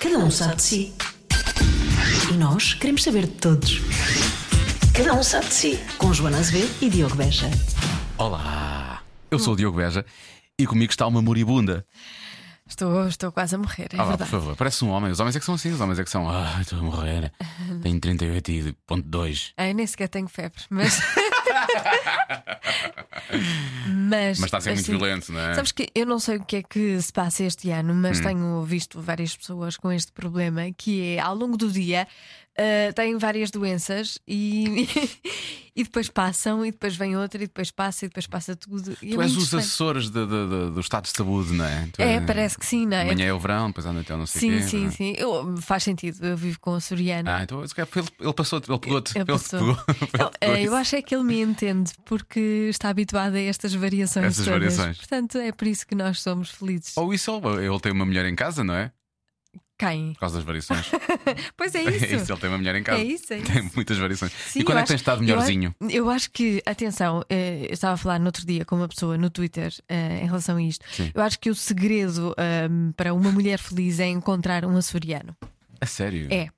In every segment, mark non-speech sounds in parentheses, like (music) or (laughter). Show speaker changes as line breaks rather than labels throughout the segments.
Cada um sabe de si. E nós queremos saber de todos. Cada um sabe de si. Com Joana Azevedo e Diogo Beja.
Olá, eu sou o Diogo Beja e comigo está uma moribunda.
Estou, estou quase a morrer, é
Ah, vá, por
verdade.
favor, parece um homem. Os homens é que são assim, os homens é que são. Ah, estou a morrer. Tenho 38,2.
Ai, nem sequer tenho febre, mas. (laughs)
Mas
mas,
está a ser muito
assim,
violento, não é? Hum.
Sabes que eu não sei o que é que se passa este ano, mas tenho visto várias pessoas com este problema que é ao longo do dia ah, têm várias doenças e, (laughs) e depois passam, e depois vem outra, e depois passa, e depois passa tudo. E é
Tu
muito
és os
estranho.
assessores de- de- de- do estado de saúde, não é? Tu
É,
és-
parece que sim, não é?
Amanhã é o verão, depois à noite é o não sei o
Sim,
quê, não
sim,
é?
sim. Eu, faz sentido, eu vivo com o Soriano.
Ah, então se calhar, ele, ele passou-te, ele pegou-te.
Ele
(laughs)
passou.
pegou- ele
Ele-
pegou
eh, eu
isso.
acho é que ele me entende porque está habituado a estas variações.
Essas
todas.
variações. Oh.
Portanto, é por isso que nós somos felizes.
Ou isso, ou ele tem uma mulher em casa, não é?
Quem?
Por causa das variações.
Pois (laughs) é
(laughs) É
isso.
isso, ele tem uma mulher em casa.
É isso, é
Tem
isso.
muitas variações.
Sim,
e quando
eu
é que tens
acho-
estado
eu acho-
melhorzinho?
Eu acho, que, atenção, eh, eu estava a falar no outro dia com uma pessoa no Twitter eh, em relação a isto.
Sim.
Eu acho que o segredo ehm, para uma mulher feliz é encontrar um açoriano.
A sério?
É.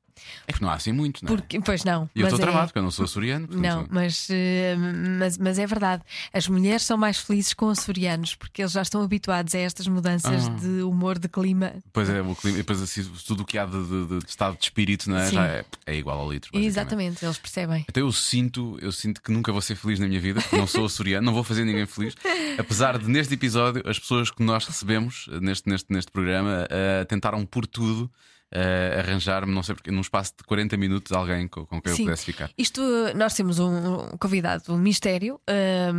É que não há assim muito, não é?
Porque, pois não.
E eu
mas
estou
é-
tramado, porque eu não sou açoriano. portanto-
Não, mas, eh, mas, mas é verdade. As mulheres são mais felizes com os açorianos porque eles já estão habituados a estas mudanças
Ah.
de humor, de clima.
Depois é o clima, depois assim, tudo o que há de, de- de estado de espírito, não é?
Sim.
Já é, é igual ao litro. basicamente.
Exatamente, eles percebem.
Então eu sinto, eu sinto que nunca vou ser feliz na minha vida, porque não sou açoriano, não vou fazer ninguém feliz. Apesar de neste episódio as pessoas que nós recebemos eh, neste, neste, neste programa eh, tentaram por tudo eh, arranjar-me, não sei porque, num espaço de 40 minutos alguém com, com quem
Sim.
eu pudesse ficar.
Isto, eh, nós temos um um convidado, um mistério,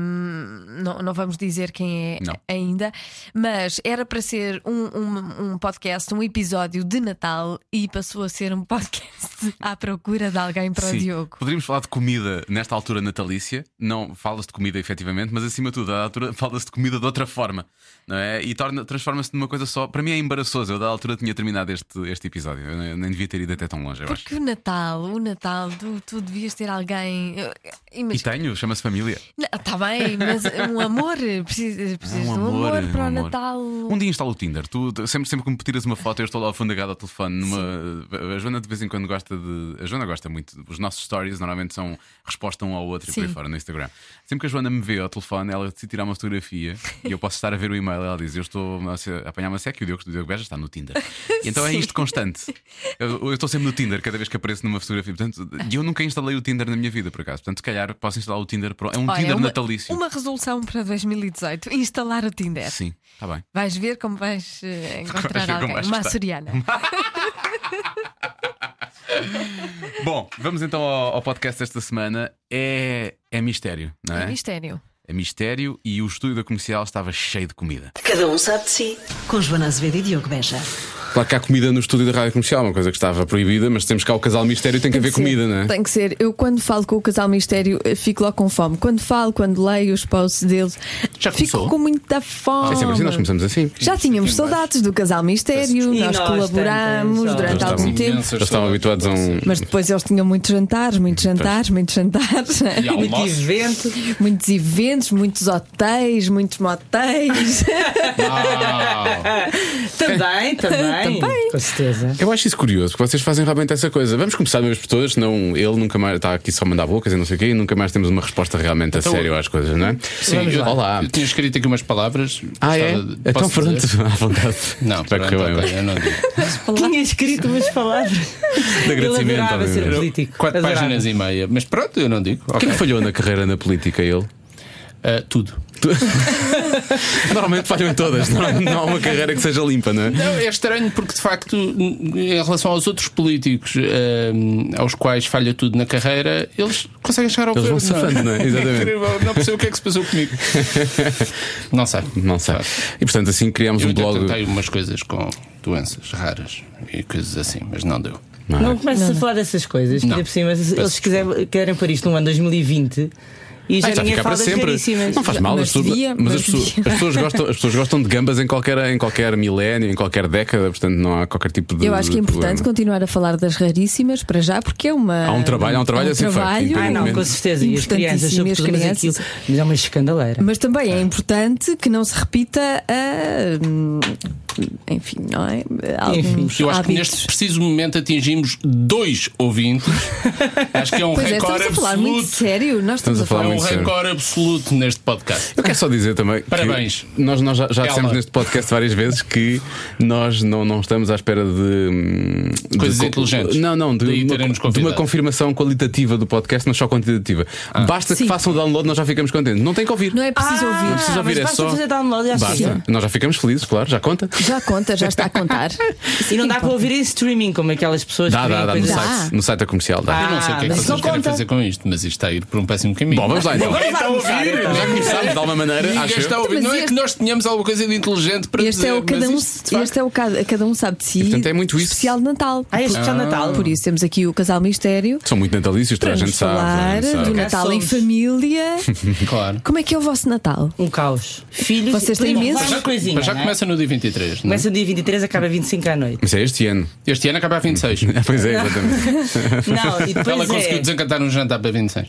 hum, não, não vamos dizer quem é
Não.
ainda, mas era para ser um, um, um podcast, um episódio de Natal e passou a ser um podcast (laughs) à procura de alguém para
Sim.
o Diogo.
Poderíamos falar de comida nesta altura natalícia. Não fala-se de comida, efetivamente, mas acima de tudo, à altura (laughs) fala-se de comida de outra forma, não é? E torna- transforma-se numa coisa só. Para mim é embaraçoso. Eu, da altura, tinha terminado este, este episódio. Eu nem- nem devia ter ido até tão longe, eu acho.
Porque o Natal, o Natal, tu, tu devias ter alguém. eh,
E
Imagina,
tenho, chama-se família.
está tá bem, mas um amor, precisas, precisas
Um
de um
amor,
amor,
um
para o
amor.
Natal.
Um dia instalo o Tinder. Tu, tu- sempre, sempre que me tiras uma foto, eu estou lá afundagado ao telefone. Numa... A Joana de vez em quando gosta de. A Joana gosta muito. Os nossos stories normalmente são resposta um ao outro e por aí
Sim.
fora no Instagram. Sempre que a Joana me vê ao telefone, ela decide tirar uma
(laughs)
fotografia e eu posso estar a ver o e-mail. Ela diz: Eu estou a se- a apanhar uma seca e o Diogo, o Diogo Beja está no Tinder. E então é
Sim.
isto constante. Eu, eu estou sempre no Tinder cada vez que apareço numa fotografia. Portanto, e eu nunca instalei o Tinder na minha vida, por acaso. Portanto, se calhar posso instalar o Tinder. Para... É um
Olha,
Tinder
uma,
natalício.
Uma resolução para 2018: instalar o Tinder.
Sim, está bem.
Vais ver como vais eh,
Vais
encontrar
ver como
alguém.
vais
Uma
gostar.
açoriana.
Bom, vamos então ao, ao podcast desta semana. É, é mistério, não
É
é?
mistério.
É mistério e o estúdio da comercial estava cheio de comida.
Cada um sabe de si. Com Joana Azevedo e Diogo Beja.
Claro que há comida no estúdio da rádio comercial, uma coisa que estava proibida, mas temos cá o casal mistério tem que haver comida, não é?
Tem que ser. Eu, quando falo com o casal mistério, eh, fico logo com fome. Quando falo, quando leio os posts deles,
Já
fico
começou?
com muita fome.
É sempre assim, nós começamos assim.
Já tínhamos saudades do casal mistério,
E
nós
nós
colaborámos
também,
durante
saudades.
algum
Estavam-
tempo.
Já estavam habituados a um.
Mas depois eles tinham muitos jantares, muitos jantares, muitos jantares,
um
Muito evento.
muitos eventos, muitos hotéis, muitos
(laughs)
motéis.
Também, também. Com certeza.
Eu acho isso curioso, porque vocês fazem realmente essa coisa. Vamos começar de uma vez por todas, senão ele nunca mais está aqui só a mandar bocas e não sei o quê, e nunca mais temos uma resposta realmente a sério às coisas, não é?
Sim, eu,
Olá.
eu tinha escrito aqui umas palavras.
Ah, é?
Gostava de-
Então
posso
pronto,
dizer?
à vontade.
Não,
vai
pronto,
correr bem.
ok,
vai.
eu não digo.
Tinha escrito umas palavras.
De agradecimento,
(laughs) Ele adorava ser
obviamente.
político.
Quatro
Adorava.
páginas e meia. Mas pronto, eu não digo.
O que é
Ok.
que falhou na carreira na política ele?
Ah, tudo.
Normalmente falham em todas, não, há- não há uma carreira que seja limpa, não é?
Não, é estranho porque de facto, n- em relação aos outros políticos ah, aos quais falha tudo na carreira, eles conseguem chegar ao
Eles vão
governo,
safando,
(laughs)
não é? Exatamente.
incrível, não percebo o que é que se
(laughs)
passou comigo. Não sei.
Não sei. E portanto, assim criámos
Eu
um
ainda
blog.
tentei umas coisas com doenças raras e coisas assim, mas não deu.
Não começas a falar dessas coisas, que
Não.
ainda por cima, se eles
Peço
quiser, querem pôr isto no ano 2020 e já
Ah, isso vai
ninguém
ficar
fala
para
das
sempre.
raríssimas.
Não faz mal,
Mas
as pessoas,
devia,
mas
mas
as pessoas,
devia.
as pessoas gostam, as pessoas gostam de gambas em qualquer, em qualquer milénio, em qualquer década, portanto não há qualquer tipo de.
Eu acho que é
de problema.
importante continuar a falar das raríssimas para já, porque é uma.
Há um trabalho, há um trabalho a ser feito,
trabalho é
Ah, não, com certeza. E as crianças,
importantíssimo, e as
sobretudo, mas aquilo.
crianças.
Mas é uma escandaleira.
Mas também é importante que não se repita a, hum, enfim, não é? Alguns
Eu acho que
hábitos.
neste preciso momento atingimos dois
(laughs)
ouvintes. acho que é um
Pois é, estamos
recorde
a falar muito
absoluto.
sério. Nós
Estamos
estamos,
a falar
É um
muito sério.
recorde absoluto neste podcast.
Eu quero só dizer também. que
Parabéns.
Nós, nós já, já
Ela.
dissemos neste podcast várias vezes que nós não, não estamos à espera de. hum, de
Coisas
co-
inteligentes.
Não, não, de,
Daí
uma,
teremos
de uma
convidado. Ah.
confirmação qualitativa do podcast, mas só quantitativa. Basta que façam o download, nós já ficamos contentes. Não tem que ouvir.
Não é preciso ouvir.
preciso ouvir,
mas
é
basta
só-
fazer download e acho
assim.
Basta. Nós já ficamos felizes, claro, já conta.
Já conta, já está a contar.
(laughs) E não dá para ouvir em streaming, como aquelas pessoas
Dá,
que
dá,
veem
dá, no
coisas-
Dá.
site, no site da comercial. Dá.
Eu não
Ah,
sei o que é que
mas
vocês
não
querem
conta.
fazer com isto, mas isto está a ir por um péssimo caminho.
Bom, vamos lá então.
Agora
Está a
vamos começar,
ouvir.
então.
Já começámos de alguma maneira,
Ninguém
acho
está a
eu.
ouvir.
Mas
Não é
este-
que nós tenhamos alguma coisa de inteligente para
Este é o
dizer,
cada um,
mas isto, de facto,
este é o cada, cada um sabe de si.
E, portanto, é muito isso.
Especial de Natal.
Ah, é especial de Natal.
Por isso temos aqui o Casal Mistério.
São muito natalícios, toda a
Para nos
gente sabe. toda a
falar
gente sabe.
do Natal em
somos.
(laughs)
família.
Claro.
Como é que é o vosso Natal?
Um caos. Filhos,
Vocês têm
primos,
meses?
várias
Já-
coisinhas,
Mas já
não é?
começa no dia 23. não é?
Começa no dia 23, acaba 25 à noite.
Mas é este ano.
Este ano acaba
(laughs)
a 26.
Ah,
Pois é, exatamente.
Não,
(laughs)
e
Ela
depois
conseguiu
é...
desencantar um jantar para 26.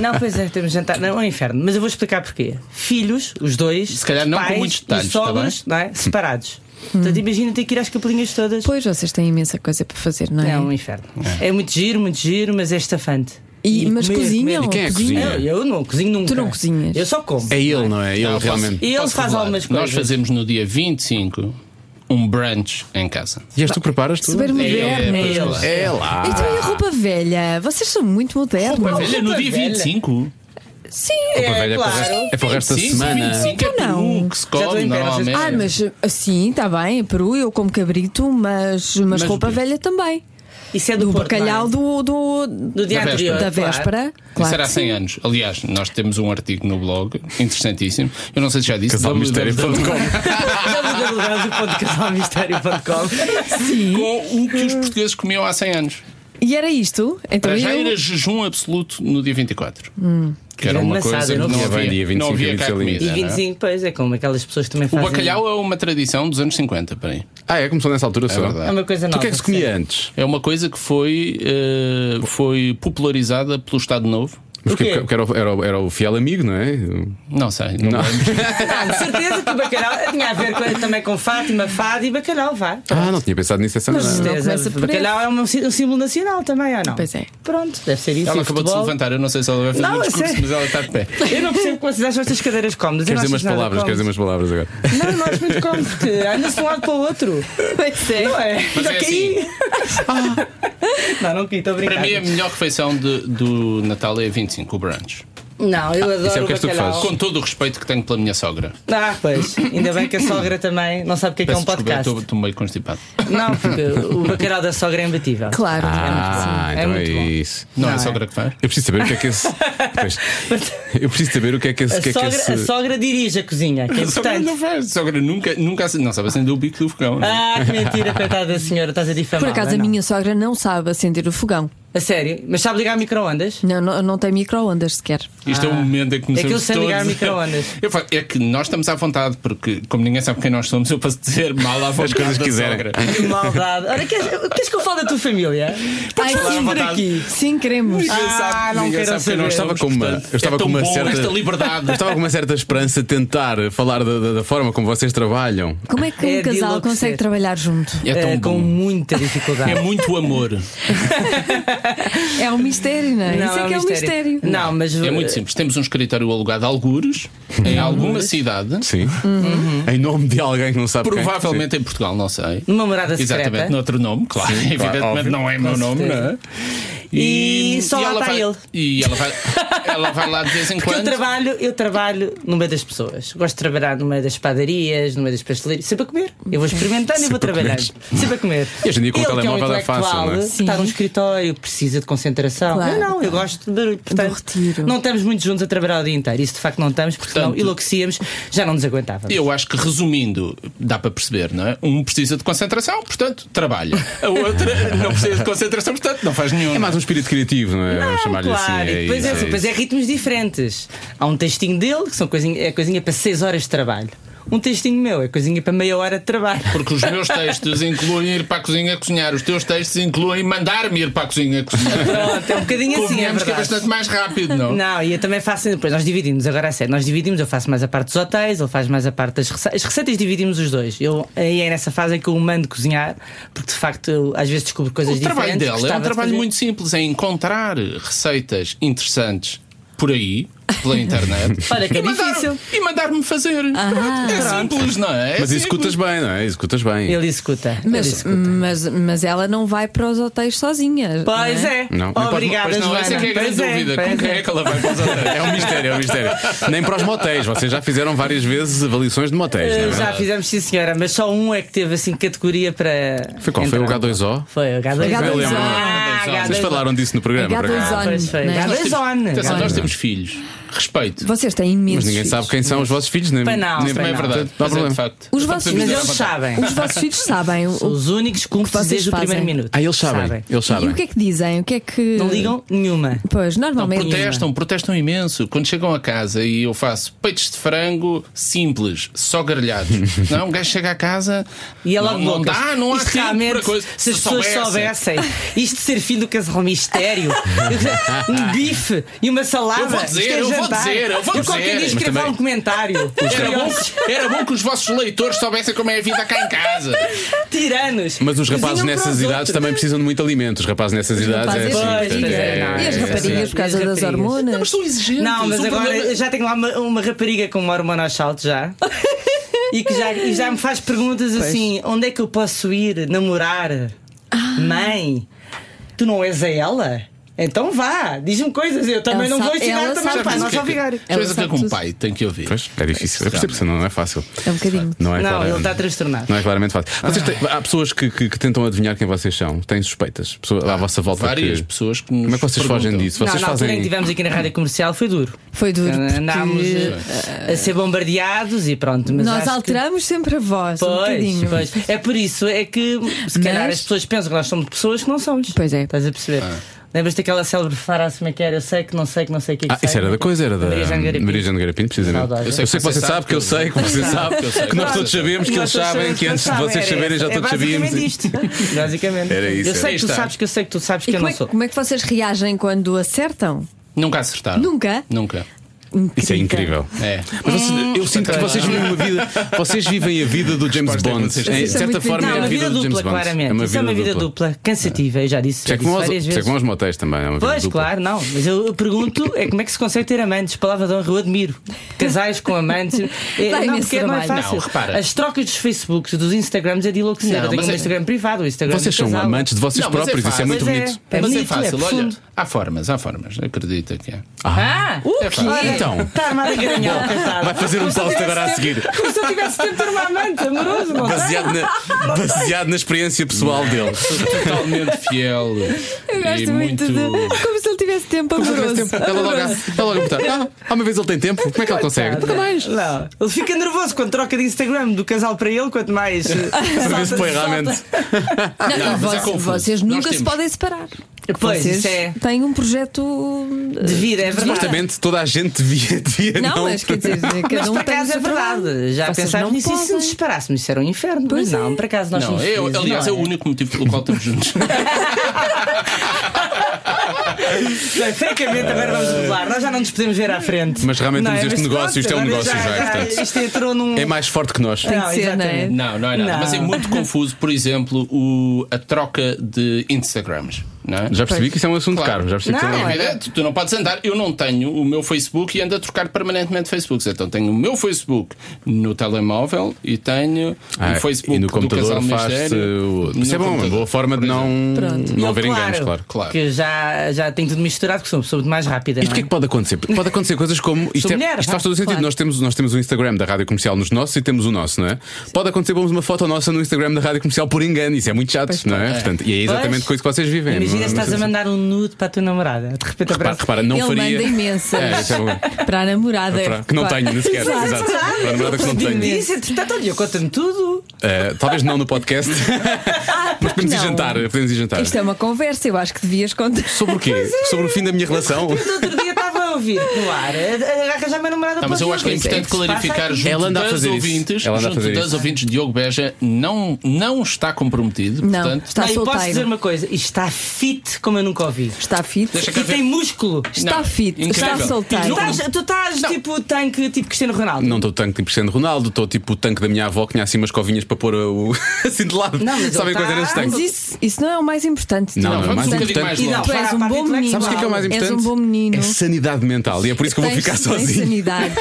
Não, pois é, temos jantar. Não, é um inferno. Mas eu vou explicar porquê. Filhos, os dois,
Se calhar não com
pais
muitos detalhes, tá Hum.
e sogros, não é? separados. Portanto, imagina ter que ir às capelinhas todas.
Pois vocês têm imensa coisa para fazer, não é?
É um inferno. É. muito giro, muito giro, mas é estafante.
E- mas cozinham?
E quem é que
Cozinham?
cozinha?
Eu, eu não cozinho nunca.
Tu não cozinhas?
Eu só como.
É ele, não é? Ele
Não, posso-
realmente.
E ele
posso
faz
revelar.
algumas
Nós
coisas.
fazemos no dia 25 um brunch em casa.
E és tu preparas tudo?
É
Super moderno.
pois,
ele.
claro.
É lá.
Então e a roupa velha? Vocês são muito modernos.
Olha, no dia
velha.
25.
Sim.
Roupa velha é para o
claro.
Então,
resto- é para o resto da
25,
semana.
25 é
Então não.
peru que se
Já estou
come
em pé, não sei se-
normalmente.
Ah, mas assim, está bem, em Peru eu como cabrito, mas, mas,
Mas
roupa
o quê?
velha também.
Isso é do,
Do
Porto,
bacalhau
(laughs) não
do,
é?
do,
do dia
Da
anterior.
da
claro.
véspera.
Isso
Ah, Claro.
era há
que sim.
100 anos. Aliás, nós temos um artigo no blog interessantíssimo. Eu não sei se já disse.
Casal mistério.
É www.casalmistério.com
(laughs)
Sim.
Com o que os portugueses comiam há 100 anos.
E era isto? Então
Para já
eu-
era jejum absoluto no dia 24. Que era
Que
uma
engraçado,
coisa
eu não
que não
sabia.
havia,
Dia
não
25
havia
de
cá
Salim.
comida.
E
não é?
25, pois é, como aquelas pessoas que também
O
fazem.
bacalhau é uma tradição dos anos 50, peraí.
Ah, é? Começou nessa altura só.
verdade.
é uma coisa
Tu
nova.
o que é que se comia antes?
É uma coisa que foi, eh, foi popularizada pelo Estado Novo.
Mas
O quê?
Porque, porque era, o- era, o- era o fiel amigo, não é?
Não sei. Não
Não.
(laughs) lembro.
Ah, de certeza que o bacalhau tinha a ver com- também com Fátima, Fado e bacalhau, vá.
Ah, não tinha pensado nisso essa
Mas-
semana.
Não começa
Certeza,
por
bacalhau é um, sí- um símbolo nacional também, ou não?
Pois é.
Pronto, deve ser isso.
Ela
e
acabou de se
futebol.
levantar, eu não sei se ela vai fazer
Não,
um
eu
discurso,
sei.
mas ela está de
(laughs)
pé.
Eu não percebo como vocês acham estas cadeiras cómodas. Eu
Queres dizer
não
umas
acho nada
palavras? Queres dizer
cómodo.
umas palavras agora?
Não, não acho muito cómodo, porque anda-se de um lado para o outro.
Pois é.
Não é?
Mas
Já
é
assim.
caí. Não, não caí, estou a brincar.
Para mim,
é-
a melhor refeição de- do Natal é 25, o brunch.
Não, eu adoro
isso é o
o
que és tu que
bacalhau.
Com todo o respeito que tenho pela minha sogra.
Ah, pois. Ainda bem que a sogra também não sabe o que é, que é um
Peço desculpa, eu
podcast.
estou- Estou meio constipado.
Não, porque o bacalhau da sogra é imbatível.
Claro.
Ah,
É
então é
muito bom.
isso.
Não, é a
Não,
sogra que faz?
Eu preciso saber o que é que
(laughs)
esse. Pois. Eu preciso saber o que é que esse.
A
o que é que
sogra,
esse-
a sogra dirige a cozinha, que é
A sogra não
importante.
faz. A sogra nunca, nunca acende- Não sabe acender o bico do fogão. não é?
Ah, que mentira, coitada da senhora, estás a difamar.
Por acaso a minha sogra não sabe acender o fogão.
A sério, mas sabe ligar micro-ondas?
Não, não, não tem micro-ondas sequer.
Isto é um momento em que
É que eu
começamos
sei ligar
todos.
micro-ondas.
(laughs) Eu falo, é que nós estamos à vontade, porque como ninguém sabe quem nós somos, eu posso dizer mal à vontade.
coisas
da
que quiserem.
sogra.
Que maldade. Olha, queres, queres que eu fale da tua família?
Ai,
falar à
sim,
vontade.
aqui. Sim, queremos.
Ninguém sabe-
Ah, não
ninguém
quero
sabe quem
saber.
Ah,
nós
Eu estava
somos,
com uma-
portanto,
eu estava
é
com
tão
uma
bom
certa-
esta liberdade.
Eu estava com uma certa esperança de tentar falar da, da- da forma como vocês trabalham.
Como é que
É
um
de
casal
enlouquecer.
consegue trabalhar junto?
É tão
Eh,
bom.
com um muita dificuldade.
É muito amor.
É um mistério, não é? Isso é que é um mistério.
Não, mas eh,
É muito simples. Temos um escritório alugado a algures, em alguma cidade,
Sim. Em nome de alguém que não sabe quem. é.
provavelmente em Portugal, não sei.
Numa morada secreta.
Exatamente, noutro nome, claro. Evidentemente
óbvio.
não é meu nome, não é?
E só lá
ela
está
vai-
ele.
E
(laughs)
ela vai, ela vai lá de vez em
Porque É eu
quando.
trabalho, eu trabalho no meio das pessoas. Gosto de trabalhar no meio das padarias, no meio das pastelarias, sempre a comer. Eu vou experimentando e
Sempre
vou
a comer.
trabalhando. Sempre a comer.
E hoje em dia com o
Ele, que
telemóvel
é, um
é fácil,
intelectual,
não é?
Está num escritório, precisa de concentração.
Claro.
Eu não, eu gosto de barulho. Portanto,
retiro.
não estamos muito juntos a trabalhar o dia inteiro. Isso de facto não estamos, porque senão
Portanto,
enlouquecíamos, já não nos aguentávamos.
Eu acho que resumindo, dá para perceber, não é? Um precisa de concentração, portanto, trabalha. A outra não precisa de concentração, portanto, não faz nenhum.
É mais um espírito criativo, não é? Vamos
Não,
chamar-lhe
Ah, claro,
assim.
e
É
depois,
isso,
é,
é
depois é ritmos diferentes. Há um textinho dele que são coisinha, é coisinha para 6 horas de trabalho. um textinho meu, é coisinha para meia hora de trabalho.
Porque os meus textos incluem ir para a cozinha a cozinhar, os teus textos incluem mandar-me ir para a cozinha a cozinhar.
Pronto, é um
(laughs)
bocadinho assim, é
Convenhamos que é
verdade.
bastante mais rápido, não? é?
Não, e eu também faço. Depois nós dividimos, agora é sério, nós dividimos, eu faço mais a parte dos hotéis, ele faz mais a parte das receitas. As receitas dividimos os dois. Eu, aí é nessa fase em que eu o mando cozinhar, porque de facto eu às vezes descubro coisas
O
diferentes.
trabalho dela é
gostava
um
de
trabalho
fazer.
muito simples, é encontrar receitas interessantes por aí,
(laughs)
pela internet.
Olha, que é
e mandar-
difícil. Ah,
E mandar-me fazer. Pronto, é simples, não é? É
Mas
simples.
executas bem, não é? Executas bem.
Ele executa. ele
Mas, hum,
executa.
mas, mas ela não vai para os hotéis sozinha.
Pois
não é?
é.
Não.
Obrigada,
Pois não,
Joana.
essa é que é a grande
Pois é,
dúvida. Com
pois
quem
é.
é que ela vai
(laughs)
para os hotéis?
(laughs) É um mistério, é um mistério. Nem para os motéis. Vocês já fizeram várias vezes avaliações de motéis, não é?
Eh, Já
verdade?
fizemos, sim, senhora, mas só um é que teve assim categoria para.
Foi qual? Foi o
entrar.
H2O?
Foi o H2O.
H2O.
Eu lembro.
Ah,
H2O.
Vocês falaram disso no programa, por acaso.
H2O.
Pois foi.
Não é?
Nós
H2O.
temos- Atenção,
Olha.
nós temos filhos. Respeito.
Vocês têm
Mas
imensos
ninguém
filhos.
sabe quem são os vossos filhos, nem,
Pois não,
nem
pois
Também é
não.
verdade.
Não há
Mas é
problemos.
de facto.
Os
Portanto,
vossos-
Mas
podemos dar
eles
vontade.
sabem.
Os vossos filhos sabem. o-
São os únicos que cumprem
vocês
desde o
fazem?
primeiro minuto.
Ah, eles sabem. Eles
E
sabem.
o que é que dizem? O que é que.
Não ligam nenhuma.
Pois,
Não,
normalmente.
protestam, protestam imenso. Quando chegam a casa e eu faço peitos de frango simples,
(laughs)
só grelhados. não, um gajo chega a casa
E é logo
não, não
loucas.
dá, não há
Isto
tempo
realmente,
para coisa.
Se as pessoas soubessem, isto de ser filho do casal
(laughs)
mistério, um bife e uma salada.
Eu vou
isto
dizer,
é
eu vou
jantar.
dizer, eu vou
Eu qualquer
dizer.
dia escrevo
Mas
lá um comentário.
Era bom, era bom que os vossos leitores soubessem como é a vida cá em
(laughs)
casa.
Tiranos.
Mas os rapazes
Cozinham para
nessas
os
idades
outros.
também precisam de muito alimento. Os rapazes nessas idades
rapazes,
é assim.
pois,
portanto,
pois
é-
é, não,
E as
é assim.
raparigas por causa
E as
das
raparigas.
Não, mas
hormonas.
são exigentes.
Não, mas
O
agora
problema-
eu já tenho lá uma, uma rapariga com uma hormona ao salto já. E que já, e já me faz perguntas assim: onde é que eu posso ir namorar?
Ah.
Mãe, tu não és a ela? Então vá, diz-me coisas, eu também
Ela
não vou
sabe- ela
ensinar também,
sabe
pá,
tudo.
não só ficar.
Ela
Coisa que
sabe
com o
tudo.
pai tem que ouvir.
Pois, é difícil. Eu percebo que isso não é fácil.
É um bocadinho.
Não é
Não,
claramente-
ele tá está transtornado.
Não é claramente fácil. Vocês têm- há pessoas que, que- que tentam adivinhar quem vocês são. Têm suspeitas. Pessoa- à vossa volta.
Várias
que-
pessoas que
Como é que vocês fogem disso?
não,
Vocês
na altura em que
fazem.
estivemos aqui na rádio comercial foi duro.
Foi duro. (laughs)
Andámos
porque
eh, a ser bombardeados e pronto. Mas
Nós
acho que-
alteramos sempre a voz. um
Pois,
bocadinho.
pois. É por isso é que se
Mas-
calhar as pessoas pensam que nós somos pessoas que não somos.
Pois é.
Estás a perceber?
Ah.
Lembras daquela célebre frase como é que era? Eu sei que não sei que não sei o que é que
Ah, isso
sei.
era da coisa, era da
Maria Jean Garapim.
Maria Jane Garapim, precisamente.
Saudades.
Eu sei, que você sabe, que eu sei, que você sabe,
que eu sei.
que nós todos sabemos, que eles
Nós todos
sabem,
sabemos
que antes de
sabem,
vocês
era
saberem já
essa. É
todos sabíamos.
Basicamente isto.
(laughs)
Basicamente.
Era isso,
Eu sei
era.
que tu
Está.
sabes que eu sei que tu sabes
E
que eu
como
não
é, que-
sou.
como é que vocês reagem quando acertam?
Nunca acertaram.
Nunca?
Nunca.
Isso é incrível.
É.
Mas vocês- eu sinto que vocês vivem uma vida. Vocês vivem a vida do James
Resposta é
Bond.
que vocês
É,
têm.
De certa
Isso é muito
forma, é
Não, é
a
uma
vida
vida
do James
dupla,
Bond.
claramente. Isso é uma vida dupla, cansativa, eu já disse.
Isso
já
é como
disse
aos-
várias
isso é
vezes.
como aos motéis também. É uma vida
Pois,
dupla.
claro, não. Mas eu, eu pergunto é como é que se consegue ter amantes. Palavra de honra, eu admiro. Casais com amantes. É,
Dá
não,
imenso
porque não é
trabalho.
fácil.
Não, repara.
As trocas dos Facebooks, dos Instagrams é de enlouquecer.
Não,
Eu tenho
mas
um
é-
Instagram privado, um Instagram
Vocês
de
são
casal.
amantes de vocês
Não, mas é
próprios. Isso é
fácil.
muito
Mas é-
bonito.
É
Mas é
bonito,
fácil,
é
olha.
profundo.
Há formas, há formas. Acredita que é.
Ah, o
É fácil.
quê?
Então.
Está armado a ganhar, coitado.
Vai fazer um
Como se eu
post agora a
tivesse
seguir.
tempo- Como se eu tivesse tempo de ter uma amante amoroso, não sei.
Baseado na, baseado na experiência pessoal dele.
Totalmente fiel.
Eu
e
gosto muito, de. Como se ele tivesse tempo amoroso.
Ela logo, ela logo me pergunta, ah, há uma vez ele tem tempo? Como é que ele consegue? Nunca mais.
Não, ele fica nervoso quando troca de Instagram do casal para ele, quanto mais. eh,
Para ver se
salta-
põe
salta.
realmente.
Não,
Não,
e
mas é
vocês,
confuso.
vocês
Nós
nunca se
temos-
podem separar.
Pois,
vocês
isso é.
têm um projeto eh,
De vida, é verdade.
Supostamente toda a gente devia, devia
Não,
não.
mas quer dizer,
Mas
cada um
por
tem o
acaso é
seu trabalho.
verdade. Já
Vocês
pensámos
não
nisso e se
podem.
nos disparássemos, isso era um inferno.
Pois
mas não,
é.
por acaso nós
Não,
somos
é,
felizes,
aliás, é
não (laughs)
o único motivo pelo qual estamos juntos.
Bem, francamente, agora vamos revelar. Nós já não nos podemos ver à frente.
Mas realmente
Não é?
temos este
Mas
negócio,
pronto,
isto é um
agora
negócio já, portanto.
Isto entrou num.
É mais forte que nós.
Tem que ser, não é?
exatamente.
Não, não é nada.
Não.
Mas é muito confuso, por exemplo, o- a troca de Instagrams. Não é?
Já percebi que isso é um assunto
Claro.
caro. Já percebi que isso é um
É
Não,
evidente, tu não podes andar. Eu não tenho o meu Facebook e ando a trocar permanentemente Facebooks. Então tenho o meu Facebook no telemóvel e tenho
Ah,
o Facebook
e no
do
computador
Casal
faz-se.
Ministério.
o- Isso
No
é bom, uma
computador, é.
boa forma de
por exemplo.
não,
Pronto.
não
Eu,
haver enganos, claro.
Claro.
Que já, já tenho tudo misturado, porque sou uma pessoa muito mais rápida.
Isto o
não
que
é?
é que pode acontecer? Pode acontecer coisas como. Isto,
Sou
é-
mulher,
isto faz
vá,
todo o sentido.
claro.
Nós, temos, nós temos o Instagram da rádio comercial nos nossos e temos o nosso, não é? Pode acontecer vamos uma foto nossa no Instagram da rádio comercial por engano. Isso é muito chato, não é? Portanto, e é exatamente
Pois.
com isso que vocês vivem. não-
Imagina se estás
não-
a mandar um nude para a tua namorada. De repente
Repara,
aparece.
repara, não
ele
faria.
manda imensas
É, isso é
(laughs)
bom.
para a namorada.
Para- que não
Claro.
tenho, nem sequer. Exato. Para a namorada que não tenho.
Isso, entretanto, olha, conta-me tudo.
Eh, talvez não no podcast,
Ah,
(laughs) mas podemos ir
não.
jantar. Podemos ir jantar.
é Isto é uma conversa, eu acho que devias contar.
é.
Sobre o quê? Sobre o fim da minha relação?
No outro dia estava ouvir no ar, arranjar minha namorada
Ah,
Não, mas eu acho que é importante clarificar junto
Ela anda a
das
fazer isso.
ouvintes,
Ela anda a
junto
fazer
das
isso.
ouvintes, Diogo Beja não, não está comprometido,
Não,
portanto.
está
Não, e posso
solteiro.
dizer uma coisa, isto está fit como eu nunca ouvi.
Está fit?
Deixa cá
E
ver.
tem músculo.
Está
Não,
fit, está
incrível.
Tu
solteiro.
Não-
estás, tu estás tipo tanque, tipo Cristiano Ronaldo.
Não estou tanque tipo Cristiano Ronaldo, estou tipo o tanque da minha avó que tinha assim umas covinhas para pôr o... (laughs) assim de lado.
Não, mas
Sabem
ele
quais eram esses
tá-
Mas
tanques?
isso, isso não é o mais importante.
Não,
Não,
não, é
vamos
mais
um bocadinho
importante.
mais
E não,
longe.
Tu
para
és
a
um
parte
bom menino.
intelectual.
Sabes o que é que é o mais
És um
importante?
bom menino.
É sanidade mental e é por isso que eu vou
Tens-
ficar
tens
sozinho.
sanidade.